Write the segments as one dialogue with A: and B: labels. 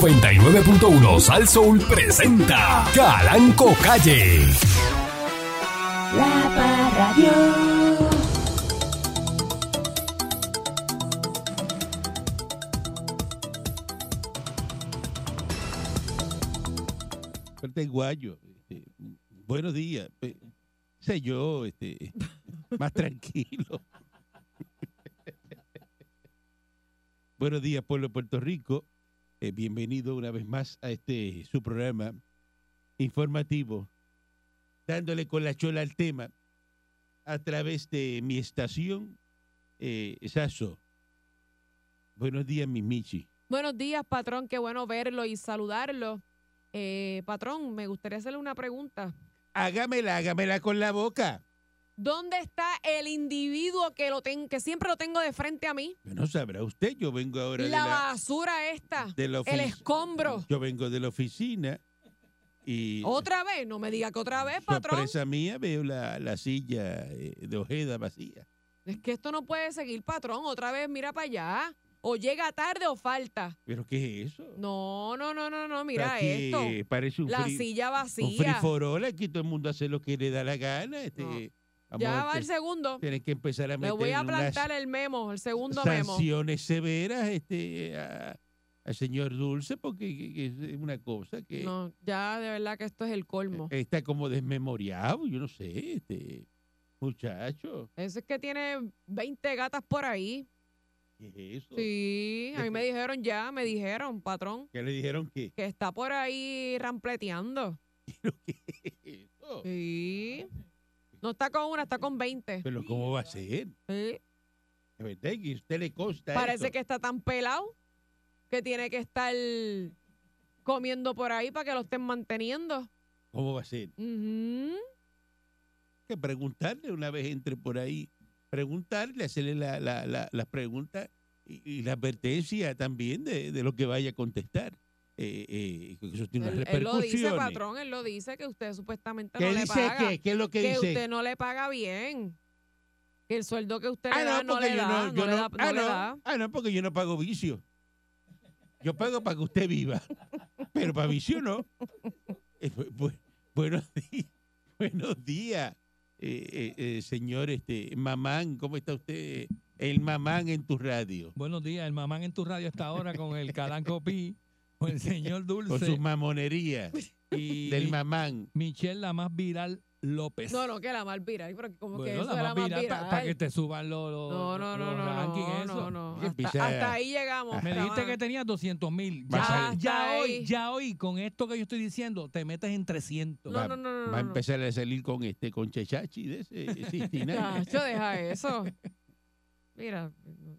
A: 99.1 Sal Soul presenta Calanco Calle.
B: La Parradio.
C: Espérate, guayo. este, buenos días. pe- sé yo, este, más tranquilo. buenos días, pueblo de Puerto Rico. Eh, bienvenido una vez más a este su programa informativo, dándole con la chola al tema a través de mi estación, eh, Saso. Buenos días, mi Michi.
D: Buenos días, patrón. Qué bueno verlo y saludarlo. Eh, patrón, me gustaría hacerle una pregunta.
C: Hágamela, hágamela con la boca.
D: ¿Dónde está el individuo que, lo ten- que siempre lo tengo de frente a mí?
C: Bueno, sabrá usted, yo vengo ahora
D: La,
C: de la,
D: basura esta.
C: de la
D: El
C: ofici-
D: escombro.
C: Yo vengo de la oficina y
D: ¿Otra vez? No me diga que otra vez, patrón.
C: sorpresa mía veo la, la silla eh, de Ojeda vacía.
D: Es que esto no puede seguir, patrón. Otra vez, mira para allá. O llega tarde o falta.
C: ¿Pero qué es eso?
D: No, no, no, no, no.
C: Está
D: Mira
C: aquí,
D: esto.
C: eh, Parece un
D: La
C: free,
D: silla
C: un free
D: vacía.
C: for all, aquí todo el mundo hace lo que le da la gana. Este,
D: No.
C: vamos
D: Ya
C: a
D: va el
C: ver,
D: segundo.
C: tienes que empezar a
D: Le
C: meter
D: voy a
C: en unas
D: plantar el memo, el segundo memo.
C: sanciones severas este, a- al señor Dulce porque que- que es una cosa que
D: No, ya de verdad que esto es el colmo.
C: eh, está como desmemoriado, yo no sé, este muchacho.
D: Eso es que tiene 20 gatas por ahí.
C: ¿Qué es eso?
D: Sí, a mí me
C: Este-
D: dijeron ya, me dijeron, patrón,
C: ¿Qué le dijeron que?
D: que está por ahí rampleteando.
C: eso?
D: Sí. No está con una, está con 20.
C: Pero ¿cómo va a ser?
D: Sí.
C: De verdad que a usted le consta
D: Parece
C: eso.
D: que está tan pelado que tiene que estar comiendo por ahí para que lo estén manteniendo.
C: ¿Cómo va a ser? Hay
D: Ujú.
C: que preguntarle una vez entre por ahí. Preguntarle, hacerle la- la- la- las preguntas y, y la advertencia también de, de lo que vaya a contestar. Eh, eh, que eso tiene unas
D: Él, él lo dice,
C: repercusiones.
D: patrón, él lo dice que usted supuestamente
C: ¿Qué
D: no le
C: dice
D: paga.
C: qué? ¿Qué es lo que,
D: que
C: dice?
D: usted no le paga bien. Que el sueldo que usted
C: Ah,
D: le da
C: no,
D: no,
C: porque
D: le
C: yo
D: da,
C: no,
D: no,
C: yo
D: le da,
C: no,
D: no
C: ah,
D: le
C: no,
D: da.
C: ah, no, porque yo no pago vicio. Yo pago para que usted viva, pero para vicio no. Eh, bu- bu- buenos días, buenos días, eh, eh, eh, señor este, Mamán, ¿cómo está usted? El Mamán en tu radio,
E: Buenos días, el mamán en tu radio hasta ahora con el Calanco Pi, con el señor
C: con sus
E: Dulce
C: mamonerías
E: y
C: del Mamán.
E: Michelle, la más viral López.
D: No, no, que la más viral. Pero como que
E: Bueno,
D: eso
E: la
D: de la
E: más
D: más
E: viral para
D: viral.
E: que te suban los, los,
D: No, no, no,
E: los
D: no,
E: rankings,
D: no,
E: eso.
D: no, no.
C: Que
D: Hasta,
C: empieza-
D: hasta ahí llegamos.
E: Me dijiste que
D: Estaban-
E: tenías 200 mil.
C: Vas
E: Ya,
C: a-
E: ya
D: Hasta ahí.
E: hoy, ya hoy, con esto que yo estoy diciendo, te metes en 300.
D: No, no, no, no,
C: Va a
D: no, no.
C: empezar a salir con este, con Chechachi de ese, eh, Sistina.
D: Nacho, deja eso. Mira,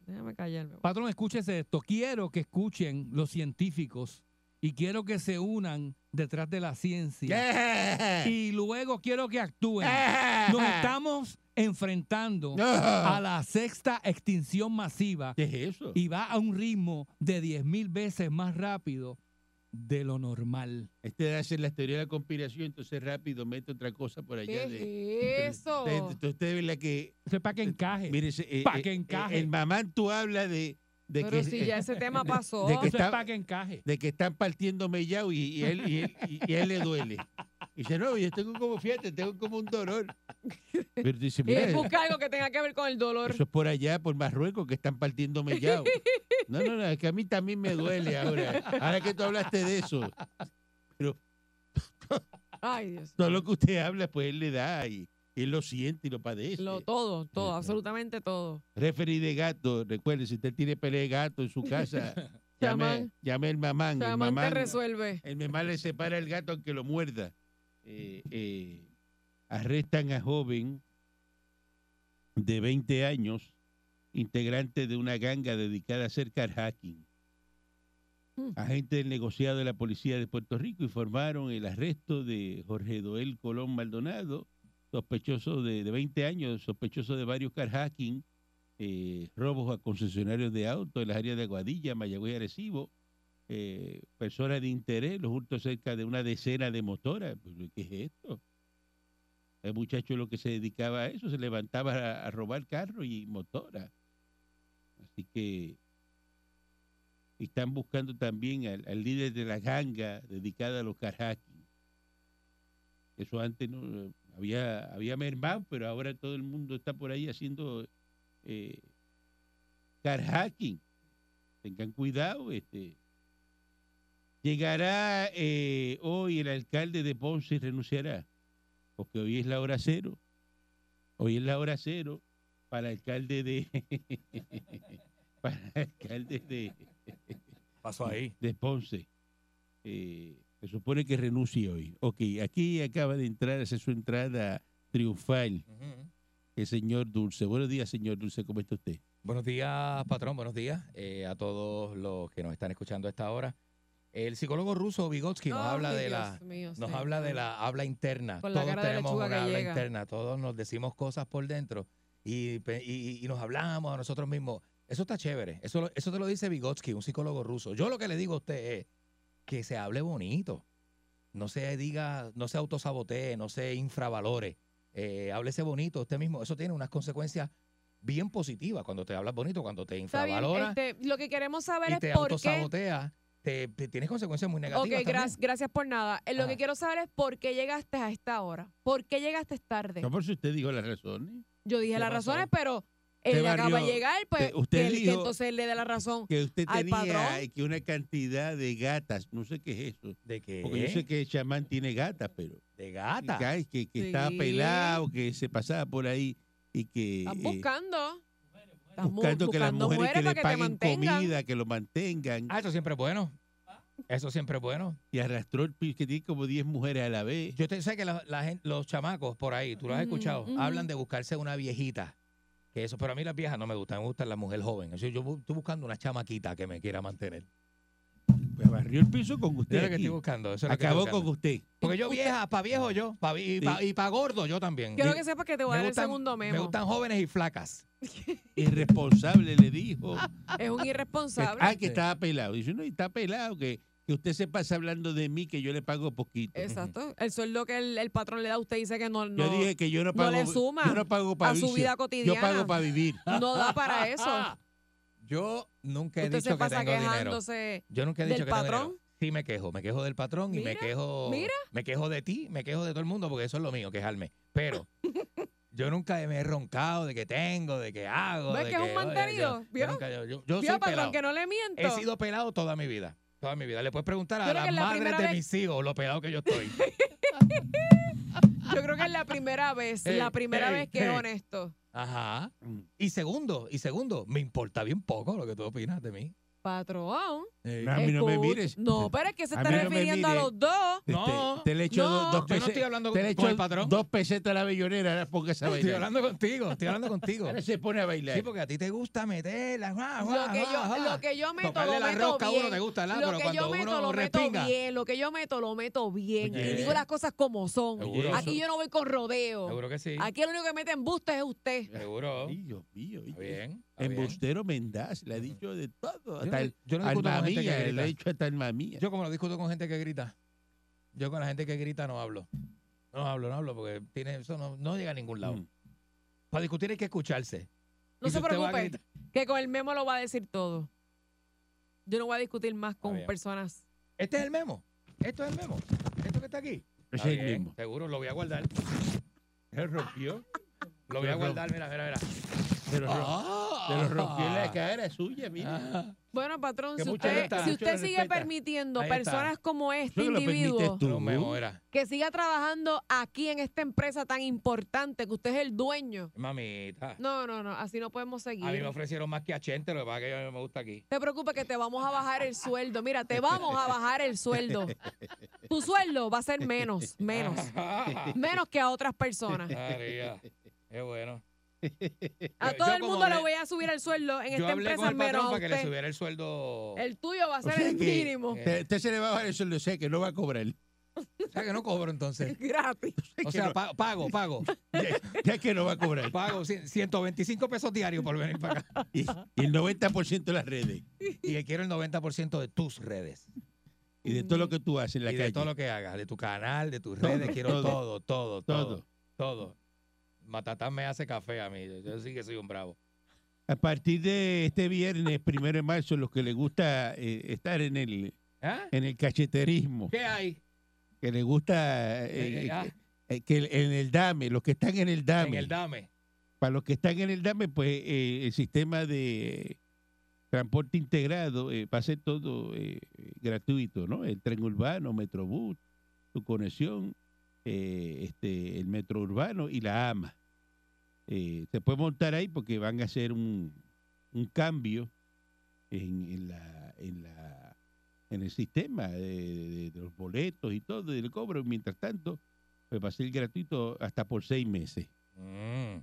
D: déjame callarme.
E: Patrón, escúchese esto. Quiero que escuchen los científicos y quiero que se unan detrás de la ciencia.
C: Yeah.
E: Y luego quiero que actúen.
C: Ah.
E: Nos estamos enfrentando
C: No.
E: a la sexta extinción masiva
C: ¿Qué es eso?
E: y va a un ritmo de 10.000 veces más rápido de lo normal.
C: Este hace la teoría de la conspiración, entonces rápido mete otra cosa por allá. de-
D: ¿Qué es eso?
C: Usted- Usted, usted ve la que.
E: Eso es para que encaje.
C: Mire, se- eh,
E: Pa'
C: eh,
E: que
C: eh,
E: encaje.
C: El mamán tú habla de, de
D: Pero
C: que.
D: si ya ese tema pasó.
C: de que
E: Eso
C: está-
E: es para que encaje.
C: de que están partiendo mellao y, y él, y, él, y- y a él le duele. Y dice, no, yo tengo como, fíjate, tengo como un dolor. Pero dice,
D: Y
C: mira,
D: él eh, busca algo que tenga que ver con el dolor.
C: eso es por allá, por Marruecos, que están partiendo mellao. No, no, no, es que a mí también me duele ahora. Ahora que tú hablaste de eso.
D: Ay, Dios.
C: Todo lo que usted habla, pues él le da y él lo siente y lo padece.
D: Lo, todo, todo,
C: eh.
D: absolutamente todo.
C: Referí de gato, recuerde, si usted tiene pelea de gato en su casa, llame,
D: Chamán.
C: llame al mamán. El
D: Chamán te
C: mamán,
D: resuelve.
C: el mamán le separa el gato aunque lo muerda. Eh, eh, arrestan a joven de 20 años, integrante de una ganga dedicada a hacer carjacking. Hmm.
D: Mm.
C: Agentes del negociado de la policía de Puerto Rico informaron el arresto de Jorge Doel Colón Maldonado, sospechoso de, de 20 años, sospechoso de varios carjacking, eh, robos a concesionarios de autos en las áreas de Aguadilla, Mayagüez y Arecibo, eh, personas de interés, los hurtos cerca de una decena de motoras. Pero, ¿Qué es esto? El muchacho lo que se dedicaba a eso, se levantaba a, a robar carros y motoras. Así que Están buscando también al, al líder de la ganga dedicada a los carjaquis. Eso antes no había, había mermado, pero ahora todo el mundo está por ahí haciendo eh, carjacking. Tengan cuidado, este. Llegará eh, hoy el alcalde de Ponce y renunciará, porque hoy es la hora cero. Hoy es la hora cero para el alcalde de para el alcalde de,
E: Pasó ahí.
C: de Ponce. Eh, se supone que renuncie hoy. Ok, aquí acaba de entrar, hacer su entrada triunfal
F: Ujú.
C: el señor Dulce. Buenos días, señor Dulce, ¿cómo está usted?
F: Buenos días, patrón. Buenos días eh, a todos los que nos están escuchando a esta hora. El psicólogo ruso Vygotsky nos
D: Ay,
F: habla de
D: Dios
F: la
D: mío,
F: nos
D: señor.
F: habla de la habla interna.
D: Con la
F: todos
D: cara de
F: tenemos
D: lechuga
F: una
D: que
F: habla
D: llega.
F: interna. Todos nos decimos cosas por dentro y, pe- y- y nos hablamos a nosotros mismos. Eso está chévere. Eso lo- eso te lo dice Vygotsky, un psicólogo ruso. Yo lo que le digo a usted es que se hable bonito. No se diga, no se autosabotee, no se infravalore. Eh, háblese bonito usted mismo. Eso tiene unas consecuencias bien positivas cuando te hablas bonito, cuando te
D: Está bien,
F: infravaloras
D: este, lo que queremos saber
F: y
D: es
F: te
D: por qué.
F: autosaboteas. Te, te- tienes consecuencias muy negativas.
D: Ok, gra-
F: también.
D: gracias por nada. Eh, Lo
F: Ajá.
D: que quiero saber es por qué llegaste a esta hora. ¿Por qué llegaste tarde?
C: No por si usted dijo las razones.
D: Yo dije
F: ¿Qué
D: las
F: pasó?
D: razones, pero
C: Te
D: él acaba de
C: barrió.
D: llegar, pues
C: Te- usted
D: que él- que
C: dijo-
D: entonces él le dé la razón.
C: Que usted
D: Al
C: tenía
D: patrón.
C: eh, que una cantidad de gatas, no sé qué es eso.
F: ¿De qué?
C: Porque yo sé que el chamán tiene gatas, pero
F: De gata.
C: que, ay, que, que
D: Sí.
C: estaba pelado, que se pasaba por ahí y que...
D: Estás
C: eh,
D: buscando. Estás mu-
C: buscando que las
D: buscando
C: mujeres que le
D: para te
C: paguen
D: mantengan.
C: comida, que lo mantengan.
F: Ah, eso siempre es bueno. Eso siempre es bueno.
C: Y arrastró el piso, que tiene como 10 mujeres a la vez.
F: Yo te, sé que la- la gen- los chamacos por ahí, tú lo has
D: Ujú,
F: escuchado,
D: ujú.
F: hablan de buscarse una viejita. Que eso, pero a mí las viejas no me gustan, me gustan las mujeres jóvenes. Yo, yo bu- estoy buscando una chamaquita que me quiera mantener.
C: Pues barrió el piso con
F: Eso
C: usted.
F: es lo que
C: aquí.
F: estoy buscando. Eso es lo que estoy
C: Acabó
F: buscando.
C: con usted.
F: Porque yo vieja, para viejo yo, pa' vi- y para
C: Sí.
F: gordo yo también.
D: Quiero
F: Y-
D: que sepas que te voy a dar el segundo
F: me
D: memo.
F: gustan jóvenes y flacas.
C: Irresponsable le dijo.
D: Es un
C: Que-
D: irresponsable.
C: ah, que estaba pelado. Dice, no, y está pelado, que, que usted se pasa hablando de mí, que yo le pago poquito.
D: Exacto. El sueldo que el, el patrón le da a usted dice que no, Eh, no,
C: yo dije que yo no pago.
D: le suma
C: yo no pago para
D: a su vida
C: Yo
D: cotidiana.
C: pago para vivir.
D: no da para eso.
F: Yo nunca he
D: Usted
F: dicho
D: se
F: que
D: pasa
F: tengo dinero.
D: quejándose.
F: Yo nunca he
D: ¿Del
F: dicho que tengo dinero.
D: patrón?
F: Sí me quejo, me quejo del patrón y me
D: Mira,
F: quejo
D: mira.
F: me quejo de ti, me quejo de todo el mundo porque eso es lo mío, quejarme. Pero yo nunca me he roncado de que tengo, de que hago,
D: ¿Ves
F: de
D: que es un
F: oye, yo-
D: mantenido?
F: Yo,
D: ¿Vio?
F: nunca- yo- yo- yo
D: Yo,
F: soy
D: patrón,
F: pelado.
D: que no le miento.
F: He sido pelado toda mi vida. Toda mi vida. Le puedes preguntar
D: Yo
F: a
D: creo que
F: las
D: es la
F: madres
D: primera
F: de
D: vez-
F: mis hijos lo pelado que yo estoy.
D: Yo creo que es la primera vez,
F: Ey,
D: la primera
F: ey,
D: vez que es
F: ey.
D: honesto.
F: Ajá.
C: Mm.
F: Y segundo, y segundo, me importa bien poco lo que tú opinas de mí.
D: Patrón.
F: Eh,
C: A mí no me
D: escu-
C: mires.
D: No, pero es que se
C: A
D: está
C: mí no me
D: refiriendo a
C: mire.
D: los dos.
F: No,
C: Este, te le echo
D: no,
C: dos, dos
F: yo no
C: pese-
F: estoy hablando
C: te le
F: con
C: echo
F: el patrón.
C: Dos pesetas a la bellonera, ahora póngase a
F: Estoy
C: bailar.
F: hablando contigo, estoy hablando contigo.
C: Ahora se pone a bailar.
F: Sí, porque a ti te gusta meterla. guau, guau,
D: Lo que, yo,
F: guau,
D: lo
F: guau.
D: que yo meto,
F: Tocarle
D: lo
F: la
D: meto
F: rosca a uno
D: bien.
F: te gusta, ¿verdad?
D: Lo
F: Pero
D: que yo
F: cuando
D: meto,
F: uno
D: lo
F: respinga.
D: meto bien. Lo que yo meto, lo meto bien.
C: Oye.
D: Le digo las cosas como son.
F: Seguro.
D: Aquí yo no voy con rodeo.
F: Seguro que sí.
D: Aquí el único que mete embuste es usted.
F: Seguro.
C: Ay, Dios mío. oye.
F: Está bien. está bien.
C: Embustero Mendaz, le ha dicho de todo.
F: Yo no-
C: Hasta el,
F: yo no discuto
C: alma
F: con gente que
C: mía, le
F: grita.
C: ha dicho hasta alma mía.
F: Yo como lo discuto con gente que grita, yo con la gente que grita no hablo. No hablo, no hablo, porque tiene, eso no, no llega a ningún lado.
C: Mm.
F: Para discutir hay que escucharse.
D: No
F: Y
D: se
F: si usted va a
D: preocupe,
F: gritar-
D: que con el memo lo va a decir todo. Yo no voy a discutir más con
F: bien.
D: personas.
F: Este es el memo. Esto es el memo. Esto que está aquí.
C: Ese
F: Está
C: es el
F: bien,
C: mismo.
F: Seguro, lo voy a guardar.
C: Se rompió.
F: Lo voy a
C: Pero-
F: guardar, mira, mira, Ah. mira.
C: Se lo rompió. Se lo rompió en la
F: cara.
C: cara suya,
F: Ah.
C: mira.
D: Bueno, patrón,
F: Que
D: si
F: mucho
D: usted,
F: respeta,
D: si
F: mucho
D: usted
F: le
D: sigue
F: respeta.
D: permitiendo
F: Ahí está.
D: personas como este
C: Eso lo permites
D: individuo
C: tú.
F: Los memos, era.
D: que siga trabajando aquí en esta empresa tan importante que usted es el dueño.
F: Mamita.
D: No, no, no, así no podemos
F: A mí me
D: seguir.
F: ofrecieron más que a Chente, lo que pasa es que yo no me gusta aquí.
D: Te preocupes que te vamos a bajar el sueldo. Mira, te vamos a bajar el sueldo. Tu sueldo va a ser menos, menos,
F: Ah,
D: menos que a otras personas.
F: María, Qué bueno.
D: A
F: Yo-
D: todo
F: yo
D: el
F: como
D: mundo le
F: hablé-
D: voy a subir el sueldo en
F: Yo
D: esta
F: hablé con
D: empresa
F: el patrón
D: menos a
F: para que le
D: usted.
F: subiera el sueldo.
D: El tuyo va a
C: O
D: ser
C: sea
D: el
C: que-
D: mínimo.
F: Eh.
C: Usted, usted se le va a bajar el sueldo, o sea que no va a cobrar.
F: O sea, que no cobro entonces.
D: Gratis.
F: O
C: que
F: sea,
C: no.
F: pa- pago, pago.
C: Ya, ya que no va a cobrar.
F: Pago cien- 125 pesos diarios por venir para acá.
C: Y, y el 90% de las redes
F: Y que quiero el 90% de tus redes.
C: y de todo lo que tú haces en la
F: y
C: calle.
F: de todo lo que hagas, de tu canal, de tus
C: Todo,
F: redes. Quiero
C: todo.
F: todo, todo, todo.
C: Todo.
F: Todo. Matatán me hace café a mí. Yo, yo sí que soy un bravo.
C: A partir de este viernes, primero de marzo, los que les gusta eh, estar en el,
F: ¿Ah?
C: en el cacheterismo,
F: ¿Qué hay?
C: que les gusta
F: Eh,
C: eh,
F: ah,
C: eh, que el- en el dame, los que están en el dame,
F: en el dame.
C: para los que están en el dame, pues eh, el sistema de transporte integrado eh, va a ser todo eh, gratuito, ¿no? El tren urbano, Metrobús, tu conexión, eh, este, el metro urbano y la AMA. Eh, se puede montar ahí porque van a hacer un, un cambio en, en la, en, la, en el sistema de, de- de los boletos y todo, del cobro. Mientras tanto, pues va a ser gratuito hasta por seis meses
F: Mm.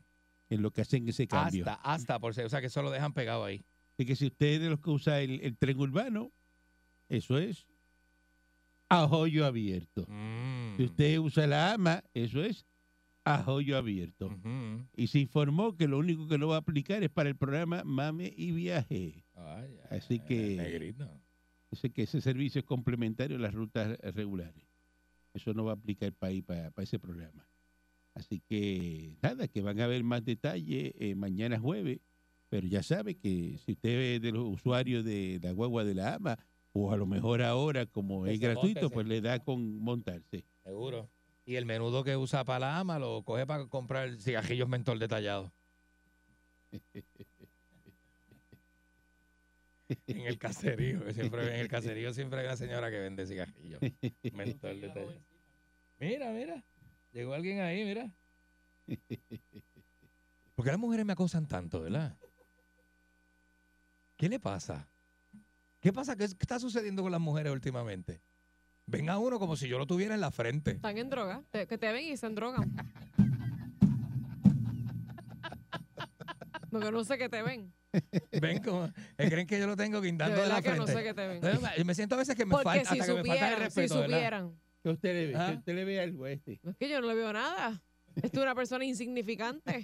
C: en lo que hacen ese cambio.
F: Hasta, hasta, por ser, o sea que solo dejan pegado ahí.
C: Así que si usted es de los que usa el, el tren urbano, eso es a hoyo abierto.
F: Mm.
C: Si usted usa la AMA, eso es a hoyo abierto.
F: Ujú.
C: Y se informó que lo único que lo va a aplicar es para el programa Mame y Viaje.
F: Ay, ay,
C: Así
F: ay,
C: que-
F: negrito.
C: Dice que ese servicio es complementario a las rutas regulares. Eso no va a aplicar para ahí, para, para ese programa. Así que nada, que van a haber más detalles eh, mañana jueves. Pero ya sabe que si usted es de los usuarios de la guagua de la AMA, o a lo mejor ahora, como
F: Que
C: es
F: se
C: gratuito,
F: monte,
C: pues le da con montarse.
F: Seguro. Y el menudo que usa para la ama lo coge para comprar cigajillos mentol detallados. en el caserío, que siempre en el caserío siempre hay una señora que vende cigajillos. mentol detallados. Mira, mira. Llegó alguien ahí, mira. ¿Por qué las mujeres me acosan tanto, verdad? ¿Qué le pasa? ¿Qué pasa? ¿Qué es- qué está sucediendo con las mujeres últimamente? Ven a uno como si yo lo tuviera en la frente.
D: Están en droga. Te- que te ven y se endrogan. Porque no sé que te ven.
F: Ven como, eh, creen que yo lo tengo
D: De
F: guindando de, la
D: verdad que
F: frente.
D: no sé que te ven.
F: No, yo me siento a veces que me
D: Porque
F: falta,
D: si
F: hasta que me falta el
D: supieran, si
F: respeto, ¿verdad?
D: supieran.
C: Que usted le ve,
F: ¿Ah?
C: que usted le ve algo a este.
D: No es que yo no le veo nada. Esto es una persona insignificante.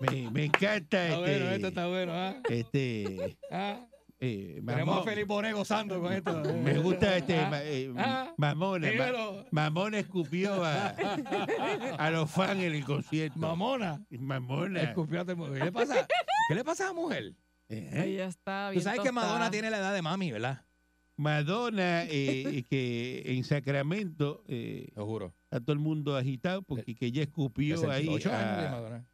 C: Me, me encanta
F: Está
C: este.
F: Ah, bueno, esto está bueno, ¿ah?
C: Este.
F: Ah,
C: eh,
F: Tenemos a
C: mamón.
F: Felipe Boné gozando con esto.
C: Me gusta este.
F: Ah,
C: ma- eh,
F: ah,
C: mamona. ma-
F: dímelo,
C: Mamona escupió a, a los fans en el concierto. eh,
F: mamona.
C: Mamona.
F: Escupió a todo el mundo. ¿Qué le pasa? ¿Qué le pasa a la mujer?
C: Ajá.
D: Ella está
F: Tú
D: bien
F: sabes que Madonna
D: tostada.
F: tiene la edad de mami, ¿verdad?
C: Madonna, eh, que en Sacramento eh,
F: Lo juro.
C: a todo el mundo agitado porque que ella escupió ahí
F: 68 años tiene
C: a,
F: Madonna.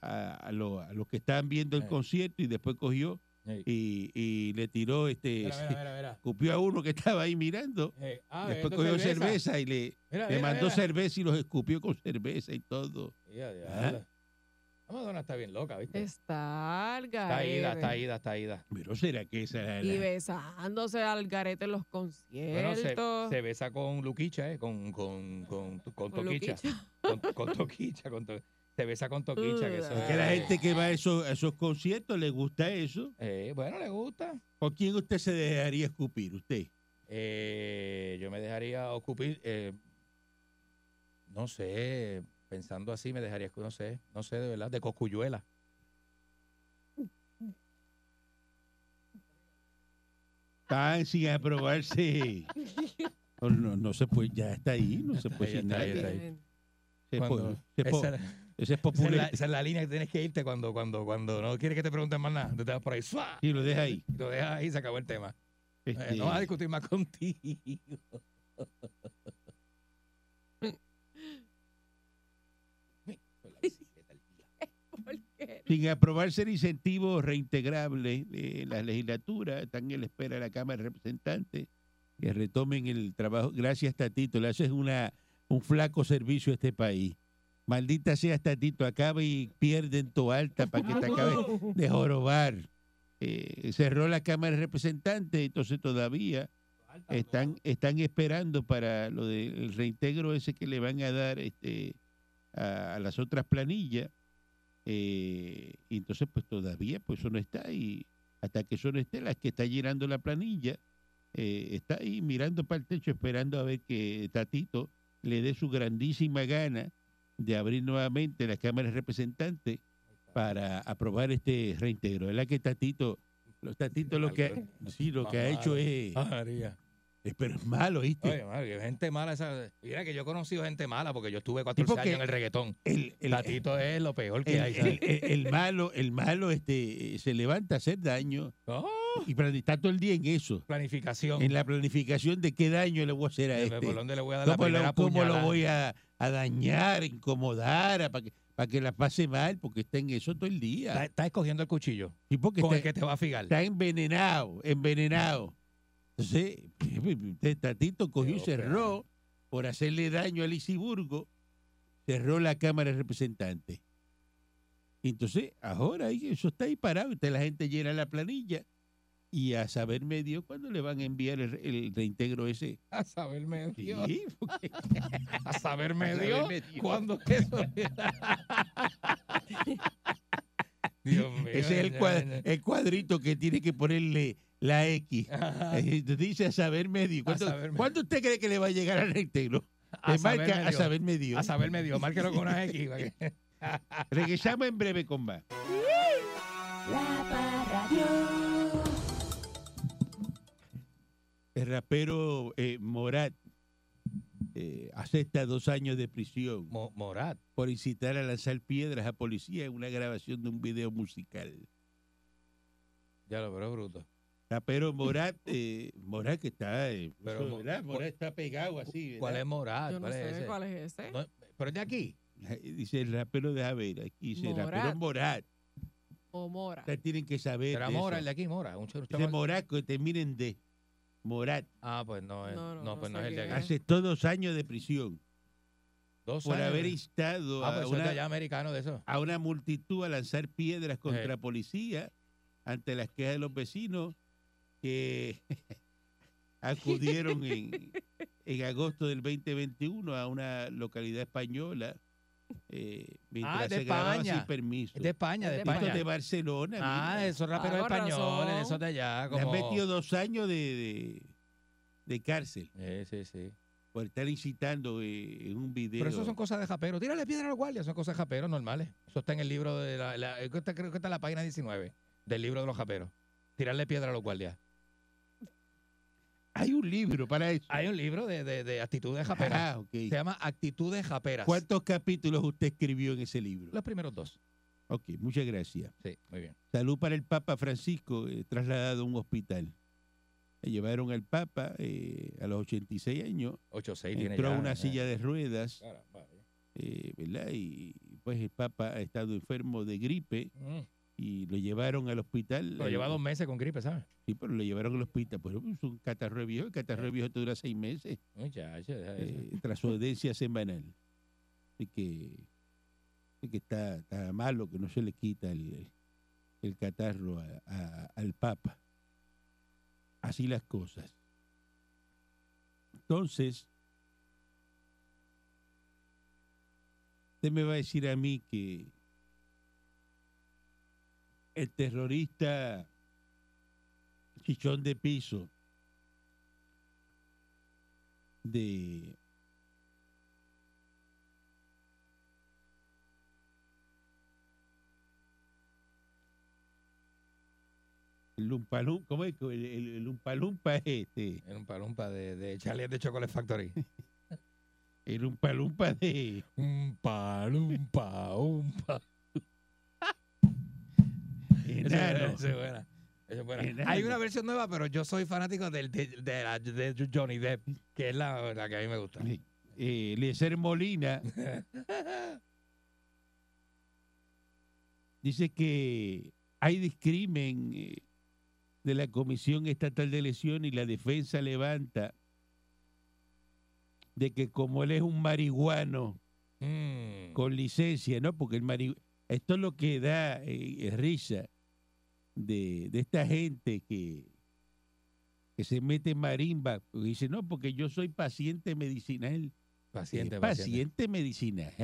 C: a- a lo- a los que estaban viendo el
F: Eh.
C: concierto y después cogió
F: Ey.
C: y, y le tiró este.
F: Mira, mira, mira, mira.
C: Escupió a uno que estaba ahí mirando.
F: Ey, ah,
C: después
F: bebiendo
C: cogió cerveza y le,
F: Mira,
C: le
F: mira,
C: mandó
F: mira.
C: cerveza y los escupió con cerveza y todo.
F: Ya, ya,
C: Ajá.
F: ya. La Madonna está bien loca, ¿viste?
D: Está al
F: Está
D: garete.
F: ida, está ida, está ida.
C: Pero será que esa era
D: Y
C: la-
D: besándose al garete en los
F: Bueno, se,
D: conciertos.
F: se besa con Luquicha, ¿eh? Con, con, con, con
D: Con
F: Toquicha.
D: Luquicha.
F: Con, con Toquicha. Con to- se besa con Toquicha. Que eso
D: Es
C: Que la
F: es-
C: gente que va a esos, a esos conciertos le gusta eso.
F: Eh, bueno, le gusta.
C: ¿Por quién usted se dejaría escupir? Usted.
F: Eh, yo me dejaría ocupar, eh, no sé, pensando así, me dejaría, escu- no sé, no sé, de verdad, de Coscuyuela.
C: Están sin aprobarse. No, no, no se puede, ya está ahí, no se puede
F: ahí,
C: sin
F: está
C: nada.
F: ahí, está ahí.
C: Se
F: Cuando-
C: po- se po-
F: esa,
C: Ese es
F: esa es la,
C: popular.
F: esa es la línea que tienes que irte cuando, cuando, cuando no quieres que te pregunten más nada. Tú te vas por ahí, ¡sua!
C: Sí, lo deja ahí.
F: Lo dejas ahí y se acabó el tema. Eh,
C: Este,
F: no vas a discutir más contigo.
D: Porque
C: sin aprobarse el incentivo reintegrable de la legislatura, están en la espera de la Cámara de Representantes que retomen el trabajo. Gracias, Tatito. Le haces una, un flaco servicio a este país. Maldita sea, Tatito. Acaba y pierden tu alta para que te acabe de jorobar. Eh, cerró la Cámara de Representantes, entonces todavía están, están esperando para lo del reintegro ese que le van a dar este, a, a las otras planillas. Eh, y entonces, pues todavía, pues eso no está. Y hasta que eso no esté, la que está llenando la planilla eh, está ahí mirando para el techo, esperando a ver que Tatito le dé su grandísima gana de abrir nuevamente la Cámara de Representantes para aprobar este reintegro. ¿Verdad que Tatito, los Tatitos lo que, sí, lo que ha hecho es
F: Ah, María.
C: Eh, Pero es malo, ¿viste?
F: Oye, madre, que gente mala esa. Mira que yo he conocido gente mala porque yo estuve 14
C: Tipo que-
F: años en el reggaetón.
C: el, el-
F: Tatito es lo peor que
C: el-
F: hay.
C: el-
F: ¿sabes?
C: el- el malo, el malo este, eh, se levanta a hacer daño
F: Oh,
C: y plan- está todo el día en eso,
F: planificación.
C: en la planificación de qué daño le voy a hacer a
F: De-
C: este.
F: ¿Por dónde le voy a dar la
C: ¿Cómo
F: primera
C: lo, cómo lo
F: puñalada?
C: voy a, a dañar, incomodar, para que, pa' que la pase mal? Porque está en eso todo el
F: Está-
C: día.
F: Está escogiendo el cuchillo
C: Y porque
F: con
C: está,
F: el que te va a figar.
C: Este- está envenenado, envenenado. Entonces, este Tatito cogió y
F: Qué ópera.
C: cerró por hacerle daño a Lisiburgo, cerró la Cámara de Representantes. Y Entonces, ahora ahí eso está ahí parado, entonces la gente llena la planilla y a saber medio cuándo le van a enviar el, el reintegro ese.
F: A saberme Dios.
C: Sí, porque-
F: A saberme
C: A
F: Dios.
C: saberme Dios.
F: ¿Cuándo eso? Dios mío.
C: Ese es el,
F: ya,
C: cua-
F: ya.
C: el cuadrito que tiene que ponerle la X.
F: Ajá.
C: Eh, te Dice a saber medio. ¿Cuándo,
F: saber medio.
C: cuándo usted cree que le va a llegar al reintegro?
F: A
C: Le marca a
F: saberme Dios.
C: saber medio.
F: A saberme Dios. Márquelo con una X. para que-
C: Regresamos en breve con más.
B: La Parradio.
C: El rapero eh, Morat eh, acepta dos años de prisión
F: Mo- Morat.
C: por incitar a lanzar piedras a policía en una grabación de un video musical.
F: Ya lo veo bruto.
C: Rapero Morat, eh, Morat que está, eh,
F: Pero
C: eso,
F: Mo-
C: ¿verdad?
F: cu-
C: Morat está pegado así.
F: ¿Cuál
C: ¿verdad?
F: es Morat?
D: Yo no
F: Ah, ¿Cuál es
D: sé
F: ese?
D: cuál es ese.
F: No, pero es de aquí.
C: Dice el rapero de Javier, aquí dice el rapero
D: Morat.
C: Morat.
D: O Mora.
C: Ustedes tienen que saber.
F: Será
C: de
F: Mora,
C: eso.
F: el de aquí, Mora. Un chorro-
C: Dice Morat, que terminen de Morat.
F: Ah, pues no, es-
D: No, no,
F: no,
D: no
F: pues no
D: sé
F: es el de
D: qué
F: aquí.
D: es.
C: Hace todos dos años de prisión
F: Dos
C: por
F: años.
C: haber instado
F: Ah,
C: a,
F: pues eso es de allá
C: una,
F: americano de eso.
C: a una multitud a lanzar piedras contra policía ante las quejas de los vecinos que acudieron en, en agosto del 2021 a una localidad española eh, mientras
F: Ah, de
C: se grababa
F: España.
C: sin permiso.
F: Es de España, de
D: Es de
C: Esto
F: España.
C: de Barcelona.
F: Ah,
C: mira.
F: de esos raperos
D: Ah, con
F: españoles,
D: razón.
F: esos de allá. Como...
C: Le han metido dos años de, de, de cárcel
F: Sí, sí, sí.
C: por estar incitando eh, en un video.
F: Pero eso son cosas de japeros. Tírale piedra a los guardias, son cosas de japeros normales. Eso está en el libro de la. la- eh, creo que está- creo que está en la página 19 del libro de los japeros. Tirarle piedra a los guardias.
C: Hay un libro para eso.
F: Hay un libro de, de, de actitudes japeras.
C: Ah, ok.
F: Se llama Actitudes Japeras.
C: ¿Cuántos capítulos usted escribió en ese libro?
F: Los primeros dos.
C: Ok, muchas gracias.
F: Sí, muy bien.
C: Salud para el Papa Francisco, eh, trasladado a un hospital. Le Llevaron al Papa eh, a los 86 años,
F: 8-6 tiene
C: entró a
F: ya,
C: una
F: eh.
C: silla de ruedas,
F: Caramba, eh.
C: eh, ¿verdad? Y pues el Papa ha estado enfermo de gripe
F: Mm.
C: y lo llevaron al hospital.
F: Lo
C: eh,
F: lleva dos meses con gripe, ¿sabes?
C: Sí, pero lo llevaron al hospital. Pues es un catarro de viejo. El catarro de viejo te dura seis meses
F: Muchacho, deja
C: eh,
F: eso.
C: tras su audiencia semanal. Así que, así que está, está malo que no se le quita el, el catarro a- a- al Papa. Así las cosas. Entonces, usted me va a decir a mí que el terrorista Chichón de Piso de el Lumpa Lumpa, ¿cómo es? que El, el, el Lumpa Lumpa es este,
F: Era un palumpa de, de Charlie and the Chocolate Factory.
C: el Lumpa Lumpa de,
F: un palumpa, un pa.
C: enano.
F: Ese es buena, ese es buena.
C: Enano.
F: Hay una versión nueva, pero yo soy fanático del, de, de la- de Johnny Depp, que es la, la que a mí me gusta.
C: Eh, Eliezer Molina dice que hay discrimen eh, de la Comisión Estatal de Elecciones y la defensa levanta de que como él es un marihuano
F: Mm.
C: con licencia, ¿no? Porque el mari- esto es lo que da eh, risa de, de esta gente que, que se mete en marimba. porque Dice, no, porque yo soy paciente medicinal.
F: Paciente,
C: Es
F: paciente.
C: paciente medicinal.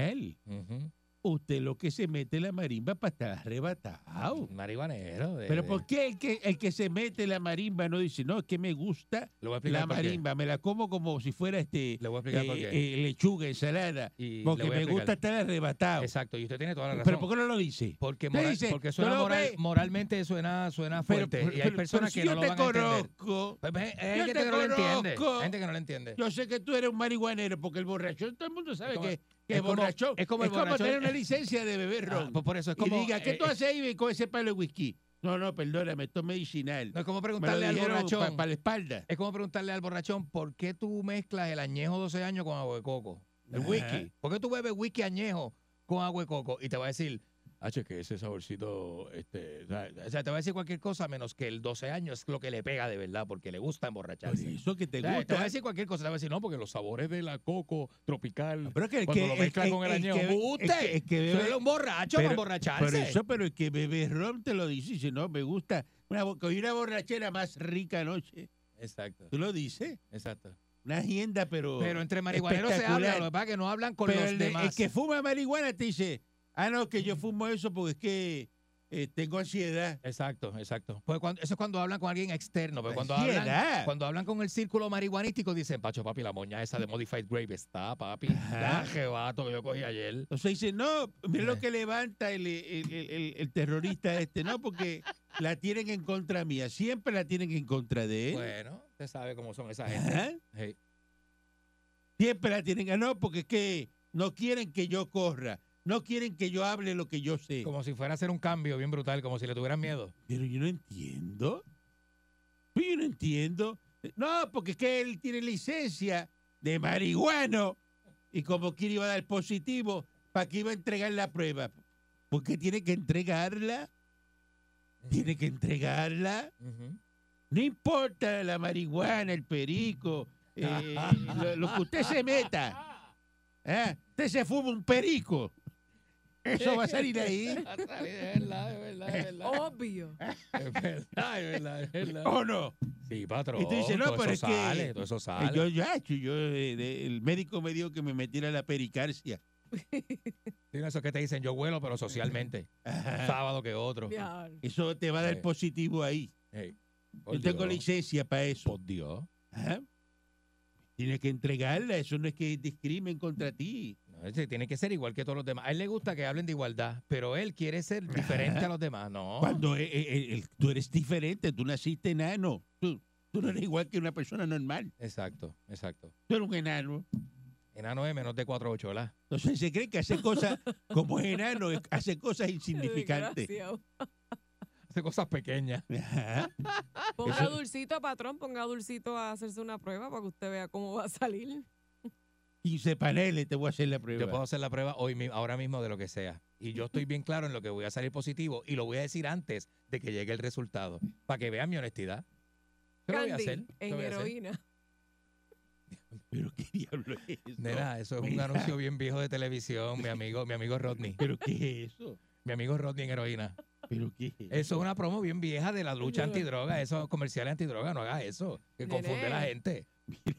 F: Ujú.
C: usted lo que se mete la marimba para estar arrebatado.
F: Marihuanero. de-
C: Pero
F: de-
C: ¿por qué el que, el que se mete la marimba no dice, no, es que me gusta
F: Le voy a explicar
C: la
F: por qué.
C: marimba, me la como como si fuera este
F: Le voy a explicar por
C: eh,
F: qué.
C: eh, lechuga, ensalada,
F: Y le
C: porque
F: voy a
C: me gusta
F: explicar.
C: estar arrebatado.
F: Exacto, y usted tiene toda la razón.
C: Pero ¿por qué no lo dice?
F: Porque,
C: Usted
F: moral-
C: dice,
F: porque suena
C: no lo
F: moral-
C: ve.
F: moralmente suena, suena
C: Pero-
F: fuerte.
C: pero-
F: y hay
C: pero-
F: personas
C: pero si
F: que no
C: yo
F: lo
C: te
F: van a entender.
C: conozco,
F: Pues, pues, hay
C: Yo
F: gente
C: te
F: que no lo entiende.
C: conozco.
F: Hay gente que no lo entiende.
C: yo sé que tú eres un marihuanero, porque el borrachón, todo el mundo sabe
F: Es como-
C: que, que
F: es
C: es
F: como-
C: borrachón.
F: es como el borrachón-
C: tener una licencia de beber
F: Ah,
C: ron.
F: pues por eso es como.
C: y diga, ¿qué
F: eh,
C: tú
F: eh,
C: haces ahí con ese palo de whisky? No, no, perdóname, esto es medicinal.
F: No es como
C: Me lo
F: preguntarle al
C: dijeron para
F: borrachón.
C: la espalda.
F: Es como preguntarle al borrachón, ¿por qué tú mezclas el añejo 12 años con agua de coco? El
C: Ajá.
F: whisky. ¿Por qué tú bebes whisky añejo con agua de coco? Y te va a decir, ah, che, que ese saborcito, este, o sea, te va a decir cualquier cosa menos que el 12 años es lo que le pega de verdad, porque le gusta
C: Por
F: emborracharse.
C: eso que te
F: O sea, te va a
C: gusta.
F: decir cualquier cosa, te va a decir, no, porque los sabores de la coco tropical,
C: Ah, Pero es que el
F: cuando
C: que-
F: lo
C: el-
F: mezclas
C: el-
F: con el,
C: el
F: añejo,
C: que- el
F: ¡Usted!
C: que- el que
F: Eso
C: bebe-
F: era un borracho
C: pero-
F: para emborracharse.
C: Por eso, pero el que bebe ron te lo dice y dice, no, me gusta. Una, bo- cogí una borrachera más rica anoche.
F: Exacto,
C: Tú lo dices.
F: exacto.
C: Una agenda, pero...
F: Pero entre marihuaneros se habla,
C: espectacular.
F: lo que pasa es que no hablan con
C: pero
F: los
C: el, de- el
F: demás.
C: que fuma marihuana te dice, ah, no, que yo fumo eso porque es que eh, tengo ansiedad.
F: Exacto, exacto. Pues cuando, eso es cuando hablan con alguien externo, pero cuando hablan,
C: ansiedad.
F: cuando hablan con el círculo marihuanístico dicen, Pacho, papi, la moña esa de Modified Grave está, papi.
C: Mm. Ajá.
F: La jebato que yo cogí ayer.
C: Entonces dice, no, mira lo que levanta el, el- el- el- el terrorista este, no, porque la tienen en contra mía, siempre la tienen en contra de él.
F: Bueno, usted sabe cómo son esa gente.
C: Ajá.
F: Hey.
C: Siempre la tienen, ah, no, porque es que no quieren que yo corra, no quieren que yo hable lo que yo sé.
F: Como si fuera a hacer un cambio bien brutal, como si le tuvieran miedo.
C: Pero yo no entiendo. Pero yo no entiendo. No, porque es que él tiene licencia de marihuano y como quiere iba a dar positivo, ¿para qué iba a entregar la prueba? Porque tiene que entregarla. Tiene que entregarla. No importa la marihuana, el perico, eh, lo, lo que usted se meta. ¿eh? Usted se fuma un perico. Eso va a salir ahí.
F: Es verdad, es verdad, es
C: Oh.
F: verdad.
D: Obvio.
F: Es verdad, es verdad, es verdad.
C: ¿O no?
F: Sí, patrón.
C: Oh. Y tú dices, no,
F: todo
C: pero
F: eso
C: es que-
F: sale, todo eso
C: Eh,
F: sale.
C: Yo, ya, chu, yo, eh, de- el médico me dijo que me metiera la pericarcia.
F: Tiene eso que te dicen, yo vuelo, pero socialmente.
C: Ajá.
F: Sábado que otro.
D: Diablo.
C: Eso te va a dar
F: Sí.
C: positivo ahí.
F: Hey, por
C: Yo tengo
F: Dios,
C: licencia para eso.
F: Por Dios.
C: Ajá. Tienes que entregarla, eso no es que discrimen contra ti.
F: No, ese tiene que ser igual que todos los demás. A él le gusta que hablen de igualdad, pero él quiere ser diferente a los demás. No.
C: Cuando eh, eh, eh, el- tú eres diferente, tú naciste enano. Tú, tú no eres igual que una persona normal.
F: Exacto, exacto.
C: Tú eres un enano.
F: Enano es menos de 4'8, ¿verdad?
C: Entonces se cree que hace cosas como es enano, es- hace cosas insignificantes.
D: Desgraciado.
F: Hace cosas pequeñas.
C: Ajá.
D: Ponga
C: Eso-
D: dulcito, patrón, ponga dulcito a hacerse una prueba para que usted vea cómo va a salir.
C: 15 paneles, te voy a hacer la
F: Yo puedo
C: prueba.
F: hacer la prueba hoy mi- ahora mismo de lo que sea. Y yo estoy bien claro en lo que voy a salir positivo y lo voy a decir antes de que llegue el resultado. Para que vean mi honestidad. Yo lo voy a
D: Candy,
F: hacer. yo lo
D: en
F: voy a hacer.
D: heroína.
C: Pero qué diablo es eso.
F: Nena, eso es un
C: Mira.
F: anuncio bien viejo de televisión, mi amigo, mi amigo Rodney.
C: Pero qué es eso.
F: Mi amigo Rodney en heroína.
C: Pero qué es
F: Eso es una promo bien vieja de la lucha
D: Ay, no.
F: antidroga, esos comerciales antidroga, no hagas eso, que
D: Nene.
F: confunde a la gente.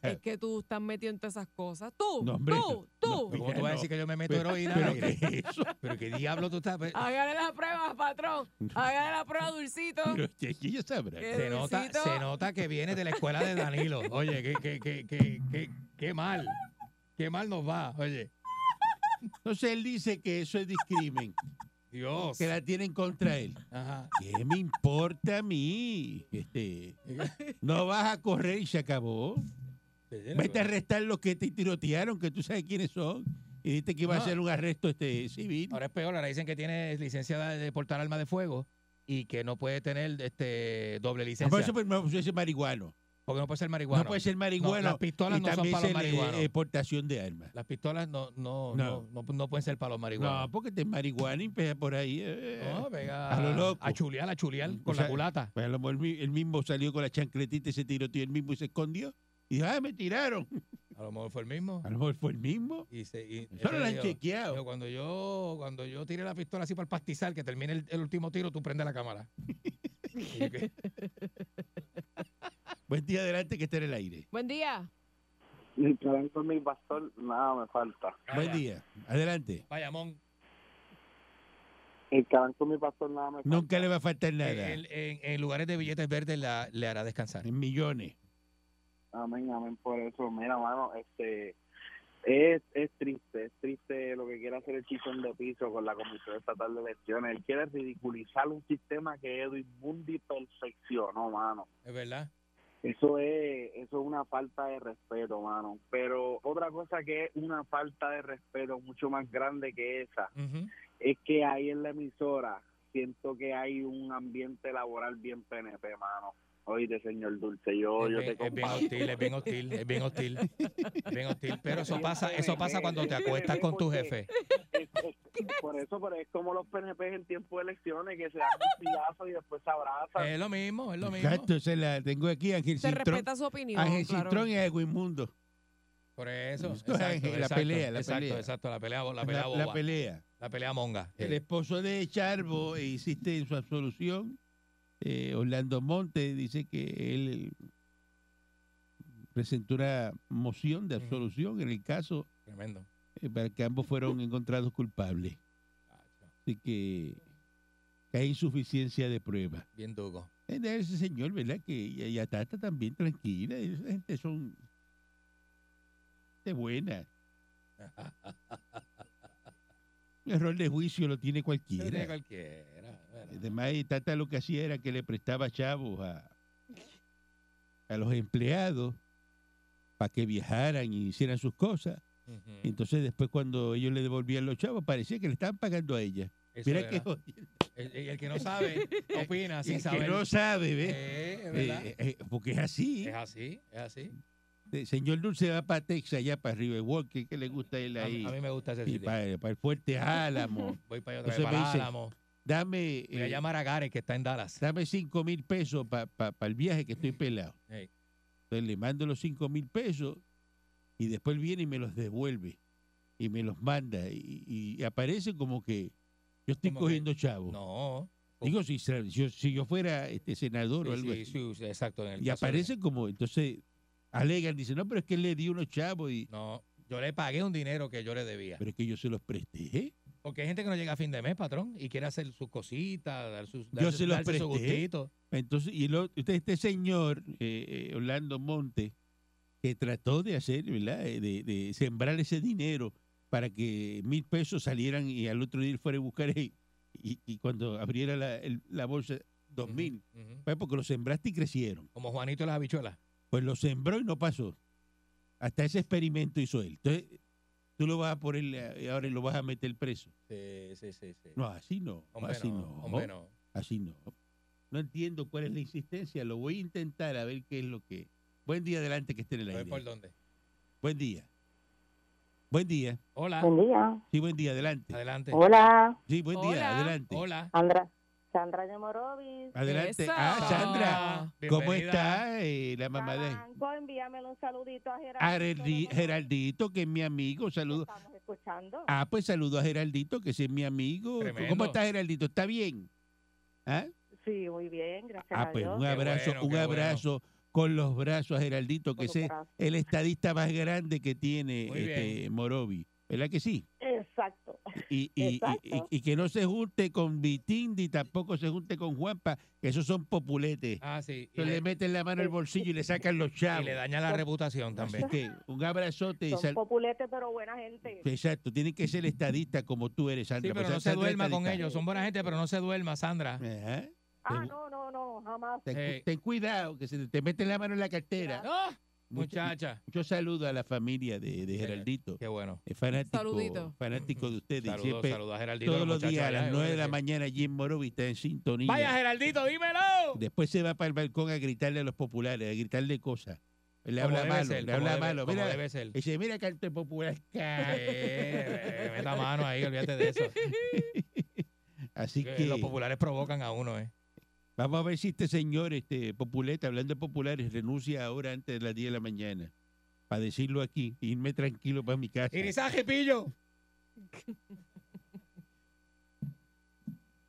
D: Es que tú estás metido en todas esas cosas. Tú,
C: No, hombre,
D: tú, tú.
F: Pero ¿Cómo
C: Mira,
F: tú vas a
C: no.
F: decir que yo me meto
C: Pero-
F: heroína?
C: pero
F: al aire?
C: qué es eso.
F: Pero qué diablo tú estás. pues, Pe-
D: Hágale la prueba, patrón. Hágale la prueba, dulcito.
C: Pero que que ella sabrá.
D: ¿Qué?
F: Se nota,
D: Luisito.
F: se nota que viene de la escuela de Danilo. Oye, qué, qué, qué, qué, qué, qué mal. Qué mal nos va, oye.
C: Entonces él dice que eso es discrimen,
F: Dios.
C: que la tienen contra él.
F: Ajá.
C: ¿Qué me importa a mí? Este, no vas a correr y se acabó. Vete a arrestar los que te tirotearon, que tú sabes quiénes son. Y dijiste que iba
F: No.
C: a ser un arresto este civil.
F: Ahora es peor, ahora dicen que tiene licencia de portar arma de fuego y que no puede tener este doble
C: Ah, Por
F: licencia.
C: eso pues, no puede ser marihuano.
F: Porque no puede ser marihuana.
C: no puede ser marihuano.
F: No, las pistolas
C: y
F: no son
C: también
F: para
C: ser,
F: los
C: eh,
F: marihuanos.
C: eh, portación de armas.
F: Las pistolas no, no,
C: No.
F: no. no, no pueden ser para los marihuanos.
C: No, porque te marihuana y empieza por ahí. eh.
F: No, venga,
C: a lo loco.
F: A chulear, a chulear
C: Mm,
F: con
C: o sea,
F: la culata.
C: Pues a lo mejor mi- él mismo salió con la chancletita y se tiroteó él mismo y se escondió. Y dijo, ah, me tiraron.
F: A lo mejor fue el mismo.
C: A lo mejor fue el mismo.
F: Y se, y
C: Ah, Eso no
F: entonces
C: lo han
F: dijo, dijo,
C: chequeado.
F: cuando yo cuando yo tire la pistola así para el pastizal, que termine el, el último tiro, tú prendes la cámara. Y yo, ¿qué?
C: Buen día adelante que esté en el aire.
D: Buen día.
G: Ni que ven con mi pastor, nada me falta.
F: Calla,
C: Buen día. Adelante.
F: Bayamón.
G: El canto mi pastor nada me
C: Nunca le va a
F: Eh,
C: faltar nada.
F: En, en- en lugares de billetes verdes la- le hará descansar.
C: En millones.
G: Amén, amén por eso. Mira, mano, este es, es triste, es triste lo que quiere hacer el chichón de piso con la Comisión Estatal de Elecciones. Él quiere ridiculizar un sistema que Edwin Bundy perfeccionó, mano.
F: Es verdad.
G: Eso es, eso es una falta de respeto, mano. Pero otra cosa que es una falta de respeto mucho más grande que esa
F: Ujú.
G: es que ahí en la emisora siento que hay un ambiente laboral bien PNP, mano. Oíste, señor Dulce, yo, Oh, yo
F: es, bien,
G: te
F: es bien
G: comparto.
F: hostil, es bien hostil, es bien hostil, es bien hostil. Pero eso
G: Bien
F: pasa, eso
G: PNP,
F: pasa cuando te
G: bien
F: acuestas
G: PNP,
F: con tu
G: porque-
F: jefe.
G: Es- es- por eso, pero es como los PNP en tiempo de elecciones que se dan un pillazo y después se abrazan.
F: Es lo mismo, es lo mismo.
C: Exacto, se la tengo aquí, Ángel
D: Se
C: Cintrón.
D: respeta su opinión.
C: Ángel
D: claro.
C: Cintrón y Edwin Mundo.
F: Por eso.
C: Esto es
F: exacto,
C: Mm. la
F: exacto,
C: pelea, la
F: exacto,
C: pelea.
F: Exacto, la pelea, la
C: La,
F: pelea boba,
C: la Eh. pelea.
F: la pelea monga.
C: El esposo de Charbo eh, insiste en su absolución. Eh, Orlando Monte dice que él eh, presentó una moción de
F: Ujú.
C: absolución en el caso
F: Tremendo.
C: eh, para que ambos fueron encontrados culpables. Así que que hay insuficiencia de prueba.
F: Bien duro.
C: Eh, de Ese señor, ¿verdad? Que y, y a Tata también tranquila. Esa gente son de buena. Un error de juicio lo tiene
F: Mira,
C: cualquiera.
F: cualquiera. ¿verdad?
C: Además, y Tata lo que hacía era que le prestaba chavos a, a los empleados para que viajaran y hicieran sus cosas.
F: Ujú.
C: Y Entonces, después, cuando ellos le devolvían los chavos, parecía que le estaban pagando a ella.
F: Eso
C: Mira
F: era.
C: que jodido.
F: el, el que no sabe, opina
C: Y
F: sin
C: el
F: saber.
C: que no sabe, ¿ves?
F: Eh, es verdad.
C: Eh, eh, porque es así.
F: es así, es así.
C: El señor Dulce va para Texas, allá para River Walker, que le gusta él
F: A,
C: ahí.
F: mí- a mí me gusta ese
C: y
F: sitio.
C: para, para el Fuerte Álamo.
F: Voy para allá otra
C: Entonces
F: vez,
C: me
F: para
C: dice,
F: Álamo.
C: Dame, eh,
F: Voy a llamar a Gareth, que está en Dallas.
C: dame 5 mil pesos para el viaje que estoy pelado.
F: Ey.
C: Entonces le mando los 5 mil pesos y después él viene y me los devuelve. Y me los manda. Y, y aparece como que yo estoy
F: Como que-
C: cogiendo chavos.
F: No.
C: Digo, si, se- si yo, si yo fuera este senador o
F: Sí,
C: algo
F: sí,
C: así.
F: sí, sí, exacto. en el
C: y
F: caso de-
C: aparece como, entonces, alegan, dicen, no, pero es que él le dio unos chavos, y,
F: No, yo le pagué un dinero que yo le debía.
C: pero es que yo se los presté. ¿eh?
F: Porque hay gente que no llega a fin de mes, patrón, y quiere hacer sus cositas, dar sus,
C: Yo
F: darse,
C: se los
F: darse sus
C: presté.
F: gustitos.
C: Entonces, y lo- este, este señor, eh, eh, Orlando Monte, que trató de hacer, ¿verdad? Eh, De, de sembrar ese dinero para que mil pesos salieran y al otro día él fuera a buscar y, y- y cuando abriera la, el- la bolsa, dos
F: Ujú,
C: mil.
F: ujú.
C: Pues porque lo sembraste y crecieron.
F: Como Juanito y las habichuelas.
C: Pues lo sembró y no pasó. Hasta ese experimento hizo él. Entonces, tú lo vas a poner eh, ahora y lo vas a meter preso.
F: Sí, sí, sí. sí.
C: No, así no.
F: Hombre,
C: así no.
F: hombre, no.
C: Así no. No entiendo cuál es la insistencia. Lo voy a intentar a ver qué es lo que. Buen día adelante que esté en el
F: A ver por
C: aire.
F: dónde.
C: Buen día. Buen día.
F: Hola,
H: Buen día.
C: Sí, buen día adelante.
F: adelante.
H: Hola,
C: Sí, buen día
D: Hola.
C: adelante.
F: Hola.
H: Sandra. Sandra Yamorovis.
C: Adelante.
D: Eso.
C: Ah, Sandra.
F: Ah,
C: ¿Cómo
F: bienvenida.
C: está eh, la mamá de Ah,
H: Tabanco, envíamele un saludito a Geraldito.
C: a Geraldi-
H: de Mayagüez,
C: Geraldito, que es mi amigo?
H: que
C: Saludos.
H: Estamos escuchando.
C: Ah, pues saludo a Geraldito, que ese es mi amigo.
F: Tremendo.
C: ¿Cómo está Geraldito? ¿Está bien? ¿Ah?
H: Sí, muy bien, gracias
C: Ah,
H: a
C: pues
H: Dios.
C: un abrazo,
F: bueno,
C: un
F: qué
C: abrazo con los brazos a Geraldito, que
H: Con los
C: es
H: brazos.
C: el estadista más grande que tiene
F: Muy
C: este, Morovi. ¿Verdad que sí?
H: Exacto.
C: Y, y- y-
H: Exacto.
C: y- y que no se junte con Vitindi, tampoco se junte con Juanpa, que esos son populetes.
F: Ah, sí. Y
C: Entonces le,
F: le,
C: meten la mano al bolsillo y le sacan los
F: y
C: chavos.
F: le daña la reputación
C: Así
F: también.
C: que un abrazote. y
H: Son
C: sal-
H: populetes, pero buena gente.
C: Exacto, tiene que ser estadista como tú eres, Sandra.
F: Sí, pero
C: porque
F: no se
C: Sandra es
F: duerma con
C: estadista.
F: ellos. Son buena gente, pero no se duerma, Sandra.
C: Ajá.
H: Ah,
C: Te-
H: no, no, no, jamás.
C: Ten, cu-
F: Eh.
C: ten cuidado, que se te meten la mano en la cartera.
F: Ah, Eh.
C: Mucha-
F: Muchacha.
C: Yo saludo a la familia de, de
F: Señor.
C: Geraldito.
F: Qué bueno.
C: Es fanático,
D: Saludito.
C: fanático de ustedes. y
F: Saludos,
C: siempre,
F: saludos a Geraldito.
C: todos los
F: muchachos
C: días a
F: allá,
C: las
F: eh,
C: 9 de la
F: sí.
C: mañana, Jim Morovi está en sintonía.
F: Vaya, Geraldito, dímelo.
C: Después se va para el balcón a gritarle a los populares, a gritarle cosas. Le
F: Como
C: habla
F: debe
C: malo,
F: ser,
C: le
F: como
C: habla
F: debe-
C: malo.
F: como
C: Mira,
F: debe ser.
C: dice, mira canto de popular. cara".
F: Eh, eh, meta mano ahí, olvídate de eso.
C: Así
F: Que
C: que
F: Los populares provocan a uno, ¿eh?
C: vamos a ver si este señor, este populeta, hablando de populares, renuncia ahora antes de las 10 de la mañana. Para decirlo aquí, e irme tranquilo para mi casa.
F: ¡Irisaje, pillo!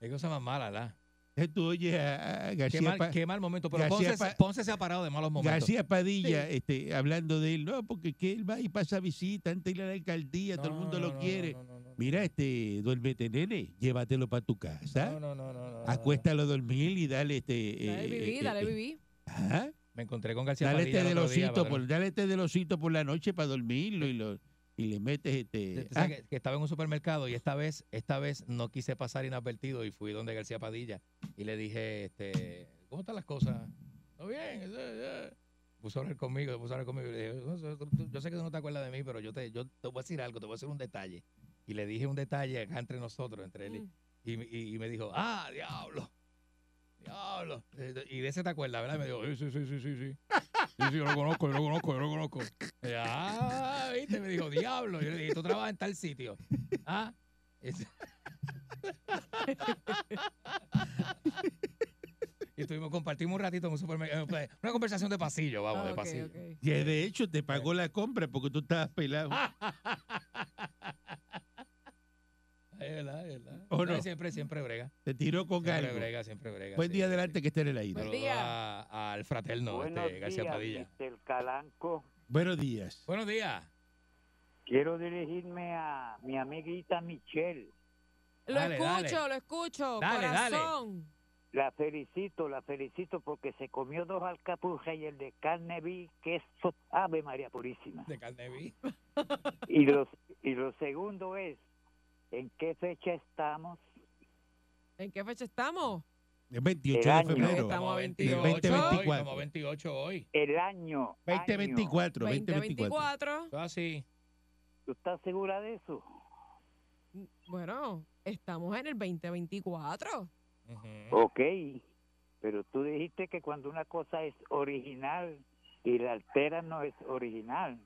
F: Qué cosa más mala, ¿verdad?
C: Entonces Tú oyes a, a
F: Qué
C: García,
F: mal,
C: Pa-
F: qué mal momento. Pero
C: García
F: Ponce,
C: Pa-
F: Ponce se ha parado de malos momentos.
C: García Padilla, este, hablando de él, no, porque que él va y pasa visita antes de ir a la alcaldía, todo el
F: No,
C: mundo
F: no,
C: lo
F: no,
C: quiere.
F: no, no, no, no.
C: Mira, este, duérmete, nene, llévatelo para tu casa.
F: No, no, no, no, no, no.
C: Acuéstalo a dormir y dale este.
D: Dale
C: eh,
D: viví,
C: eh,
D: dale
C: eh,
D: viví.
C: ajá.
F: Me encontré con García
C: Dale
F: Padilla
C: este
F: el
C: del
F: otro día,
C: osito,
F: patrón.
C: por, dale este del osito por la noche para dormirlo y, lo, y le metes este.
F: Usted sabe
C: ah,
F: que, que estaba en un supermercado y esta vez, esta vez no quise pasar inadvertido y fui donde García Padilla y le dije, este, ¿cómo están las cosas? ¿Todo bien? Eh, eh. Puso a hablar conmigo, puso a hablar conmigo. y le dije, "No sé, tú- tú- yo sé que tú no te acuerdas de mí, pero yo te, yo te voy a decir algo, te voy a hacer un detalle. Y le dije un detalle acá entre nosotros, entre él y-
D: Mm.
F: y, me- y- y me dijo, ah, diablo, diablo. Eh, Y de ese te acuerdas, ¿verdad? Y me dijo, sí, sí, sí, sí, sí. sí. Sí, sí, yo lo conozco, yo lo conozco, yo lo conozco. Y, Ah, viste, me dijo, diablo. Yo le dije, tú trabajas en tal sitio. Ah, es- y estuvimos, compartimos un ratito en un supermercado. eh, Una conversación de pasillo, vamos,
D: Ah,
F: de
D: ok,
F: pasillo.
D: ok.
C: y de hecho, te pagó la compra porque tú estabas pelado.
F: Ah. Es verdad, es verdad.
C: ¿O
F: No,
C: no?
F: Siempre, siempre brega.
C: Te tiró con
F: Siempre
C: algo.
F: brega, siempre brega.
C: Buen
F: sí,
C: día
F: sí,
C: adelante
F: sí.
C: que esté en el aire.
D: Buen
F: Saludo
D: día.
F: a- al fraterno
I: Buenos
F: este, García
I: días,
F: Padilla.
I: Mr. Calanco.
C: Buenos días.
F: Buenos días.
I: Quiero dirigirme a mi amiguita Michelle.
D: Lo
F: Dale, dale.
D: escucho, lo escucho.
F: Dale, dale.
D: corazón.
I: La felicito, la felicito porque se comió dos alcapurjas y el de carne vi que es Ave María Purísima.
F: De Carneví.
I: Y, los, y lo segundo es, ¿en qué fecha estamos?
D: ¿En qué fecha estamos?
C: Es 28
I: El
C: de
I: año.
C: febrero.
D: Estamos a
F: 28 hoy,
C: 20-24.
F: como 28 hoy.
I: El año. año.
C: 2024, 2024.
D: 2024.
F: Todo así.
I: ¿Tú estás segura de eso?
D: Bueno, estamos en el 2024.
F: Ujú.
I: Ok, pero tú dijiste que cuando una cosa es original y la altera no es original.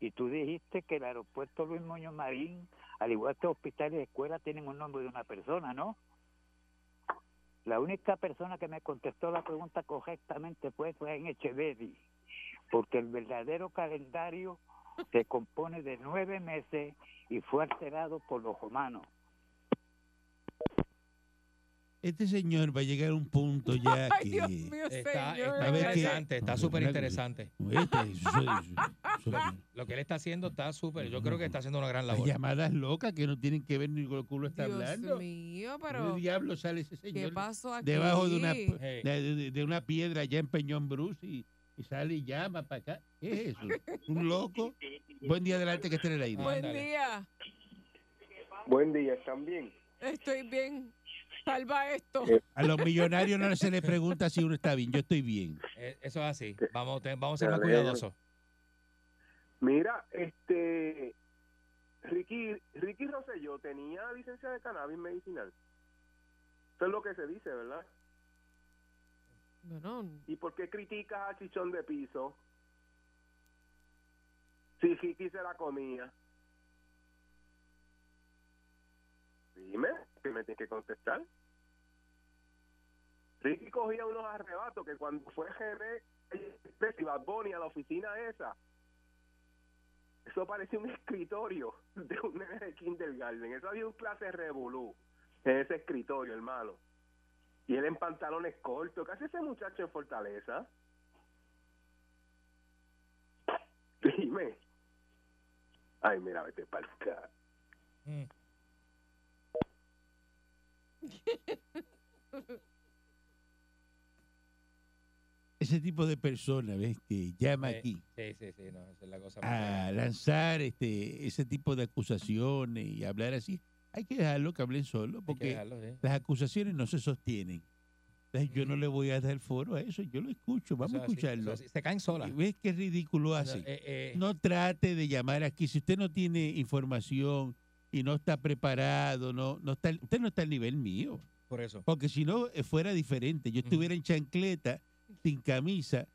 I: Y tú dijiste que el aeropuerto Luis Muñoz Marín, al igual que hospitales y escuelas, tienen un nombre de una persona, ¿no? La única persona que me contestó la pregunta correctamente fue, fue en Echeverri, porque el verdadero calendario se compone de nueve meses y fue alterado por los romanos.
C: Este señor va a llegar a un punto ya
D: Ay,
C: que...
D: Dios mío,
F: Está,
D: señor.
F: está
C: A ver qué-
F: interesante, está
C: No,
F: súper
C: no, no,
F: interesante.
C: Este, eso- eso- eso-
F: Lo que él está haciendo está súper, yo creo que está haciendo una gran
C: Las
F: labor.
C: llamadas locas que no tienen que ver ni con lo que uno está
D: Dios
C: hablando.
D: mío,
C: ¿Dónde
D: pero
C: diablo sale ese
D: ¿qué
C: señor?
D: pasó aquí?
C: Debajo de una,
D: Pero
F: Hey.
C: de, de- de una piedra allá en Peñón Bruce y, y sale y llama para acá. ¿Qué es eso? ¿Un loco? Buen día adelante que esté en el aire.
D: Buen
F: Ándale.
D: día.
G: Buen día, ¿están bien?
D: Estoy bien. Salva esto.
C: A los millonarios no se les pregunta si uno está bien. Yo estoy bien.
F: Eh, Eso es así. Vamos, te- vamos a ser
G: Me
F: más
G: alegro.
F: cuidadosos.
G: Mira, este. Ricky, Ricky Rosselló tenía licencia de cannabis medicinal. Eso es lo que se dice, ¿verdad?
D: Bueno,
G: ¿Y por qué criticas a Chichón de Piso? Si Ricky se la comía. Dime, que me tienes que contestar. Ricky cogía unos arrebatos que cuando fue GM, y Bad Bunny a la oficina esa, eso parecía un escritorio de un nene de kindergarten. Eso había un clase revolú en ese escritorio, hermano. Y él en pantalones cortos. ¿Qué hace ese muchacho en Fortaleza? Dime. Ay, mira, vete para acá.
F: Mm.
C: Ese tipo de persona, ¿ves? Que llama
F: Sí.
C: aquí
F: Sí, sí, sí, no, esa es la cosa.
C: Ah,
F: más
C: a lanzar este ese tipo de acusaciones y hablar así. Hay que dejarlo que hablen solo
F: hay que
C: porque
F: dejarlo, sí.
C: las acusaciones no se sostienen. Entonces, Yo no le voy a dar foro a eso, yo lo escucho, vamos
F: Mm. Eso
C: a
F: es así,
C: escucharlo.
F: eso es así. Se caen solas.
C: Y ¿Ves qué ridículo hace?
F: Eh, eh,
C: No trate de llamar aquí. Si usted no tiene información y no está preparado, no, no está, usted no está al nivel mío.
F: Por eso.
C: Porque si no eh, fuera diferente, yo
F: Ujú.
C: estuviera en chancleta, sin camisa,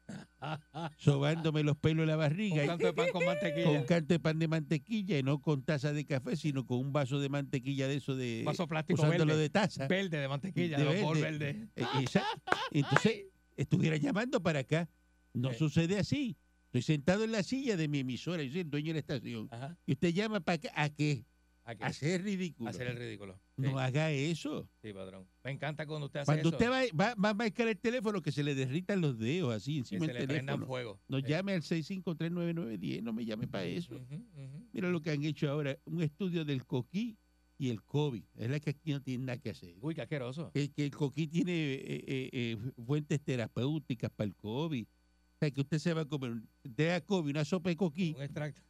C: sobándome los pelos de la
F: Ah, Un
C: barriga, y
F: tanto de pan
C: con
F: con mantequilla.
C: canto de pan de mantequilla y no con taza de café, sino con un vaso de mantequilla de eso de
F: Vaso plástico
C: usándolo
F: verde.
C: de taza.
F: Verde de mantequilla,
C: de
F: de verde.
C: verde.
F: verde.
C: Eh, esa- entonces estuviera llamando para acá. No
F: Eh.
C: sucede así. Estoy sentado en la silla de mi emisora, yo soy el dueño de la estación.
F: Ajá.
C: Y usted llama para acá. ¿A qué?
F: Aquí.
C: A ser ridículo.
F: Hacer el ridículo. Sí,
C: No haga eso.
F: sí, patrón. Me encanta cuando usted hace
C: Cuando
F: eso.
C: usted va, va, va a marcar el teléfono, que se le derritan los dedos así
F: que
C: encima
F: se
C: del
F: le prendan
C: teléfono.
F: fuego.
C: No
F: Sí.
C: llame al 6539910, no me llame para eso.
F: Ujú, ujú.
C: Mira lo que han hecho ahora. Un estudio del coquí y el COVID. Es la que aquí no tiene nada que hacer.
F: Uy, qué asqueroso.
C: Que, que el coquí tiene eh, eh, eh, fuentes terapéuticas para el COVID. O sea, que usted se va a comer, deja COVID, una sopa de coquí,
F: Un extracto.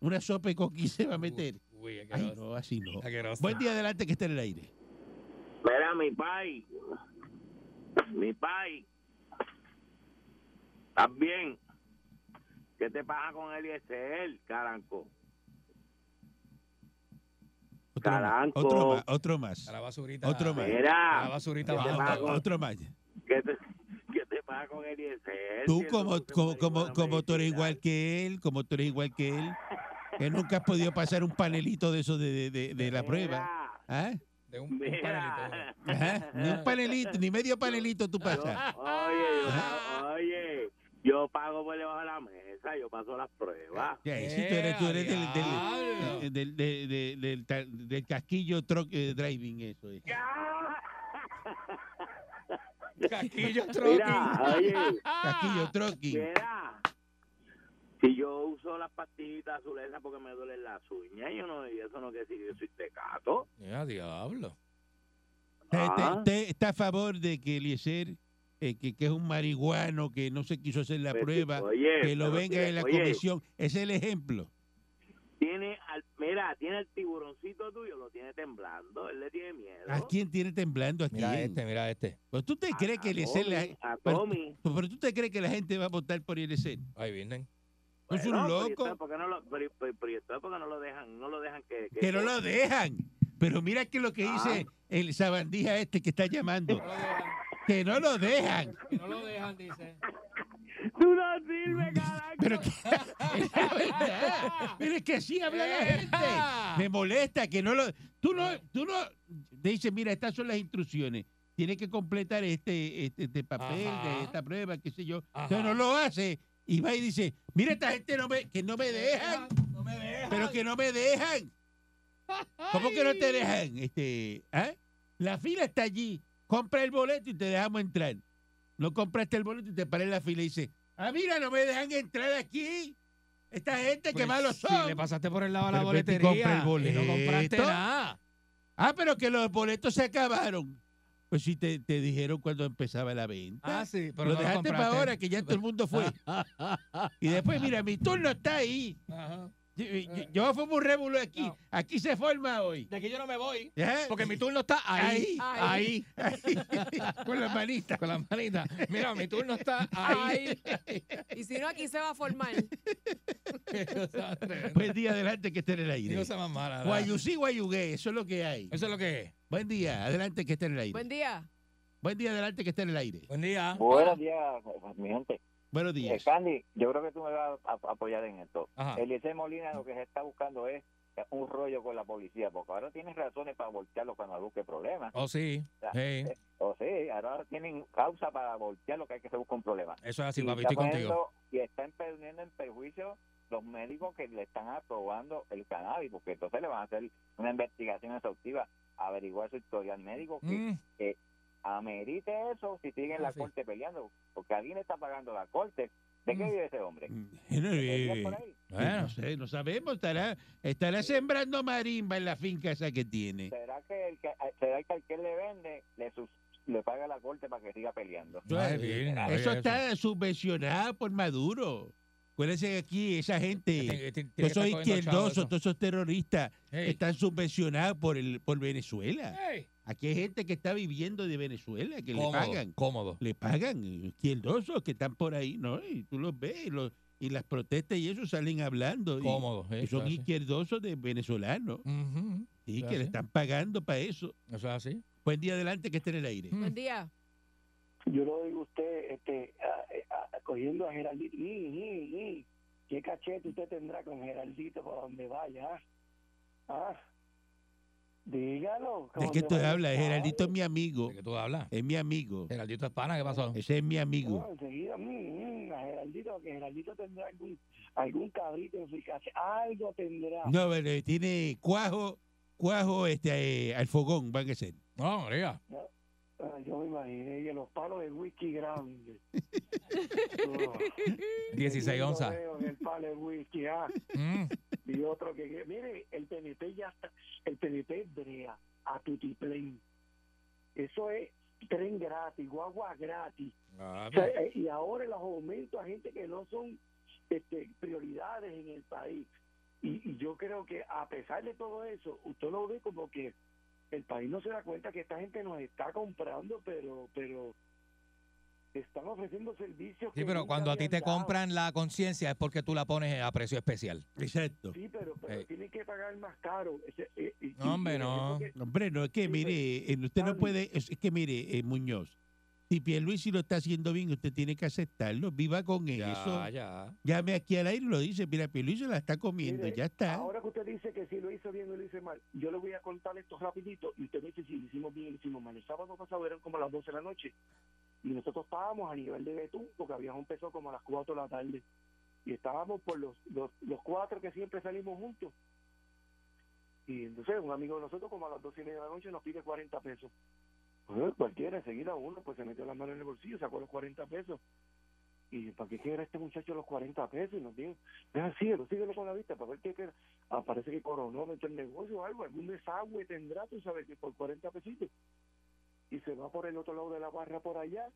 C: una sopa de coquí se va a meter.
F: Uy,
C: Ay,
F: asqueroso.
C: no, así no.
F: Asqueroso.
C: Buen día adelante que esté en el aire.
G: Mira, mi pai. Mi pai. ¿Estás bien? ¿Qué te pasa con él y este él, caranco?
C: Otro más,
G: Caranco.
C: otro más, otro más.
F: A la basurita.
C: Otro más.
F: A la
G: Mira,
F: basurita
G: ¿Qué te
F: bajando.
G: pasa
C: Ah,
G: con-
C: Otro más.
G: ¿qué te, qué te pasa con él y este él?
C: Tú como, como, como, como tú eres igual que él, como tú eres igual que él, que nunca has podido pasar un panelito de eso de, de- de- de la prueba. ¿Ah?
F: De un, un panelito.
G: Mira.
C: Ajá, Ni un panelito, ni medio panelito tú pasas.
G: Oye, yo- oye, yo pago por debajo de la mesa, yo paso las pruebas.
C: Ya,
F: ¡Eh,
C: sí, tú eres, tú eres del,
F: diablo!
C: del, eh, del, del- del- del ta- del casquillo truck eh, driving, eso es.
F: Casquillo
G: Mira, oye,
D: ah,
C: Casquillo trucking.
G: mira. Si yo uso las pastillitas azules esas porque me duelen las uñas, yo no, y eso no quiere decir que yo soy tecato.
F: Ya, diablo.
C: Usted-
G: Ah.
C: usted está a favor de que Eliezer, eh, que, que es un marihuano que no se quiso hacer la
G: Pues,
C: prueba,
G: oye,
C: que lo
G: pero
C: venga
G: tiene-
C: en la
G: oye.
C: comisión, es el ejemplo.
G: Tiene al, mira, tiene el tiburoncito tuyo, lo tiene temblando, él le tiene miedo.
C: ¿A quién tiene temblando aquí?
F: Mira este, mira este.
C: Pues tú te
G: A-
C: crees
G: a
C: que Eliezer, la-
G: Tommy, a
C: pero-
G: Tommy.
C: pero tú te crees que la gente va a votar por Eliezer.
F: Ahí vienen.
C: Tú eres un
G: Bueno,
C: loco.
G: pues, pero ¿y esto por qué no lo, pero, y- pero- pero ¿y esto por qué no lo dejan, no lo dejan que,
C: que no lo dejan. Pero mira que lo que
E: Ah.
C: dice el sabandija este que está llamando,
E: No lo dejan,
C: que no lo dejan.
E: no lo dejan, dice.
G: Tú no sirves, carajo.
C: Pero que, es la verdad. Pero es que así habla la
F: Ah,
C: gente. Me molesta que no lo. Tú no, tú no. Te dice, mira, estas son las instrucciones. Tienes que completar este, este, este papel,
F: Ajá.
C: de esta prueba, qué sé yo.
F: Ajá.
C: Entonces no lo hace. Y va y dice, mira, esta gente no me, que no me dejan,
E: No me dejan.
C: pero que no me dejan. ¿Cómo que no te dejan? Este, ¿ah? La fila está allí. Compra el boleto y te dejamos entrar. No compraste el boleto y te paré en la fila y dices, ah, mira, no me dejan entrar aquí. Esta gente que
F: Pues,
C: malos
F: si
C: son.
F: le pasaste por el lado a la
C: Pero vete y
F: boletería
C: compra el
F: y no compraste
C: boleto.
F: nada.
C: Ah, pero que los boletos se acabaron. Pues sí, te, te dijeron cuando empezaba la venta.
F: Ah, sí, pero
C: lo
F: no lo
C: dejaste para
F: compraste.
C: ahora que ya todo el mundo fue. y después, mira, mi turno está ahí.
F: Ajá.
C: Yo, yo- yo formo un révulo aquí.
E: No.
C: Aquí se forma hoy.
E: De aquí yo no me voy.
C: ¿Ah?
F: Porque mi turno está ahí.
D: Ahí.
F: Ahí.
C: con las manitas.
F: Con las manitas. Mira, mi turno está ahí.
D: Ay. Y si no, aquí se va a formar.
C: Buen día, adelante que esté en el aire.
F: Dios más mala. ¿verdad?
C: Guayusí, guayugué, eso es lo que hay.
F: Eso es lo que es.
C: Buen día, adelante que esté en el aire.
D: Buen
C: Buen, día,
D: día.
C: adelante que esté en el aire.
F: Buen día.
G: Ah.
I: Buenos días, mi gente. Eh,
C: Buenos días.
I: Candy, yo creo que tú me vas a a- apoyar en esto.
F: Ajá.
I: Eliezer Molina lo que se está buscando es un rollo con la policía, porque ahora tienes razones para voltearlo cuando busque problemas.
F: Oh, sí. Hey,
I: O sí, ahora tienen causa para voltear lo que hay que se busca un problema.
F: Eso es así,
I: Y
F: papi.
I: está
F: Estoy contigo.
I: poniendo- Y están perdiendo en perjuicio los médicos que le están aprobando el cannabis, porque entonces le van a hacer una investigación exhaustiva, averiguar su historial médico, que
F: Mm,
I: amerite eso si siguen
F: Ah,
I: la
F: sí.
I: corte peleando, porque alguien está pagando la corte. ¿De qué
F: Mm.
I: vive ese hombre?
C: Bueno,
I: ¿Vive
C: eh,
I: por ahí?
C: no
F: Bueno.
C: sé, no sabemos, estará, estará sembrando marimba en la finca esa que tiene.
I: ¿Será que el que, eh, será que al que le vende le, sus- le paga la corte para que siga peleando?
F: Ay, bien, oiga
C: Eso está subvencionado por Maduro. Acuérdense que aquí esa gente,
F: Tiene- tiene- tiene que
C: todos
F: estar
C: esos
F: cogiendo chavo
C: izquierdosos,
F: eso.
C: todos esos terroristas,
F: Hey.
C: están subvencionados por, el, por Venezuela.
F: Hey.
C: Aquí hay gente que está viviendo de Venezuela, que
F: Cómodo,
C: le pagan.
F: Cómodo.
C: le pagan eh, izquierdosos que están por ahí, ¿no? Y tú los ves y, los- y las protestas y eso salen hablando. y-
F: Cómodo.
C: y son
F: eh, eso es así.
C: izquierdosos de venezolanos
F: Ujú,
C: y
F: claro,
C: que le
F: sí.
C: están pagando para eso.
F: Eso es así.
C: Buen día adelante que esté en el aire.
F: Mm.
D: Buen día.
J: yo lo digo a usted, este, a- a- a- cogiendo a Geraldito, y, y, y, qué cachete usted tendrá con Geraldito para donde vaya, ah? ah, dígalo.
C: ¿De qué tú hablas? Geraldito es mi amigo.
F: ¿De qué tú hablas?
C: Es mi amigo.
F: Geraldito Espana, ¿qué pasó?
C: Ese es mi
J: No,
C: amigo.
J: enseguida, mm, mm, a Geraldito, que Geraldito tendrá algún, algún cabrito en su casa, algo tendrá.
C: No, pero eh, tiene cuajo, cuajo este, eh, al fogón, van a ser.
F: No, María.
J: Ah, Ah, yo me imaginé, y en los palos de whisky grande.
C: eh,
F: 16 onzas.
J: En el palo de whisky, ah.
F: Mm.
J: Y otro que, mire, el PNP ya está, el PNP es brea, a tutiplén. Eso es tren gratis, guagua gratis.
F: Ah,
J: O sea, eh, y ahora los aumentos a gente que no son este, prioridades en el país. Y, y yo creo que a pesar de todo eso, usted lo ve como que el país no se da cuenta que esta gente nos está comprando, pero pero están ofreciendo servicios.
F: Sí,
J: que
F: pero
J: nunca
F: cuando a ti
J: habían
F: te
J: dado.
F: compran la conciencia es porque tú la pones a precio especial.
C: Exacto.
J: Sí, pero, pero
F: Eh.
J: tienen que pagar más caro. Ese- eh, y-
F: No, hombre,
J: y-
F: no.
J: porque-
C: Hombre, no, es que
J: Sí, pues,
C: mire, eh, usted no
J: Andy.
C: puede, es, es que mire, eh, Muñoz, si Pierluisi lo está haciendo bien, usted tiene que aceptarlo, viva con
F: Ya,
C: eso.
F: ya.
C: Llame aquí al aire y lo dice, mira, Pierluisi la está comiendo,
J: Mire,
C: ya está.
J: Ahora que usted dice que si lo hizo bien o lo hizo mal, yo le voy a contar esto rapidito y usted me dice si lo hicimos bien o lo hicimos mal. El sábado pasado eran como las 12 de la noche y nosotros estábamos a nivel de Betún porque habíamos empezado como a las 4 de la tarde y estábamos por los, los, los cuatro que siempre salimos juntos. Y entonces un amigo de nosotros como a las 12 y media de la noche nos pide 40 pesos. Pues, cualquiera, enseguida uno pues se metió las manos en el bolsillo, sacó los 40 pesos. ¿Y para qué quiere este muchacho los 40 pesos? Y nos dijo, "Ah, síguelo, síguelo con la vista para ver qué queda. Ah, parece que coronó metió el negocio o algo, algún desagüe tendrá, tú sabes, que por 40 pesitos. Y se va por el otro lado de la barra por allá.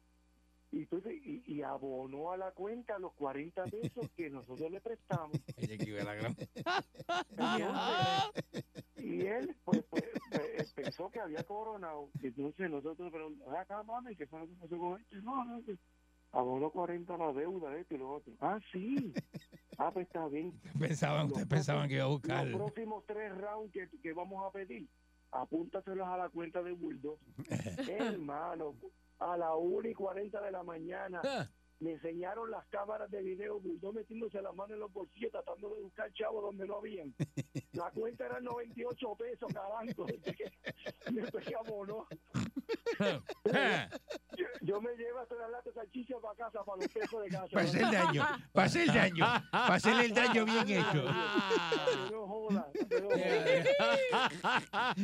J: Y, entonces, y, y abonó a la cuenta los 40 pesos que nosotros le prestamos.
C: Ah,
J: Y él pues, pues, pues, pensó que había coronado. Y Entonces nosotros preguntamos, acá mami, ¿qué fue lo que pasó con este? No, no, que abonó 40 la deuda de esto y lo otro. Ah, sí. Ah, pues está bien.
F: Pensaban, ustedes
J: Los
F: pensaban que iba a buscar.
J: Los próximos tres rounds que, que vamos a pedir, apúntaselos a la cuenta de Bulldog. Hermano, a la 1 y 40 de la mañana me enseñaron las cámaras de video, Bulldog metiéndose la mano en los bolsillos, tratando de buscar chavos donde no habían. La cuenta era 98 pesos, carajo. Me pegamos, ¿no? Yo, yo me llevo hasta la lata de salchicha para casa, para los pesos de casa.
C: Pase el daño, pase el daño, pase el daño bien hecho. Ah.
J: Que no joda, que no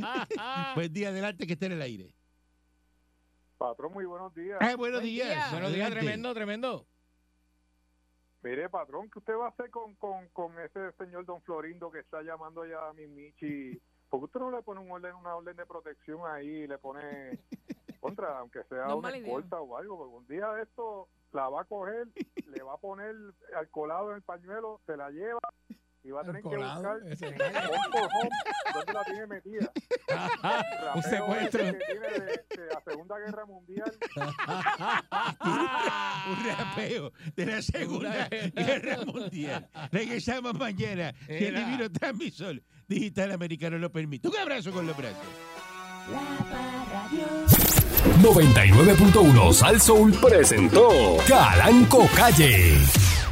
J: joda.
C: Buen día, adelante, que esté en el aire.
J: Patrón, muy buenos días.
C: Ah, buenos
D: Buen
C: días.
D: día.
F: Buenos días,
C: adelante.
F: tremendo, tremendo.
J: Mire, patrón, ¿qué usted va a hacer con, con, con ese señor don Florindo que está llamando allá a mi Michi? ¿Por qué usted no le pone un orden, una orden de protección ahí y le pone contra, aunque
D: No
J: sea
D: es
J: una
D: mala idea.
J: escolta o algo? Porque un día de esto la va a coger, le va a poner al colado en el pañuelo, se la lleva y va a tener que
F: Colado,
J: buscar
F: ese-
J: home por home dónde la tiene metida.
F: Un secuestro.
J: Rapero ese que tiene de- de la este, Segunda Guerra Mundial.
C: Un rapeo de la Segunda Guerra Mundial. Regresamos mañana. Que el
F: Era.
C: divino transmisor digital americano lo permite. Un abrazo con los brazos.
B: La Parra Dios.
A: 99.1 Sal Soul presentó Calanco Calle.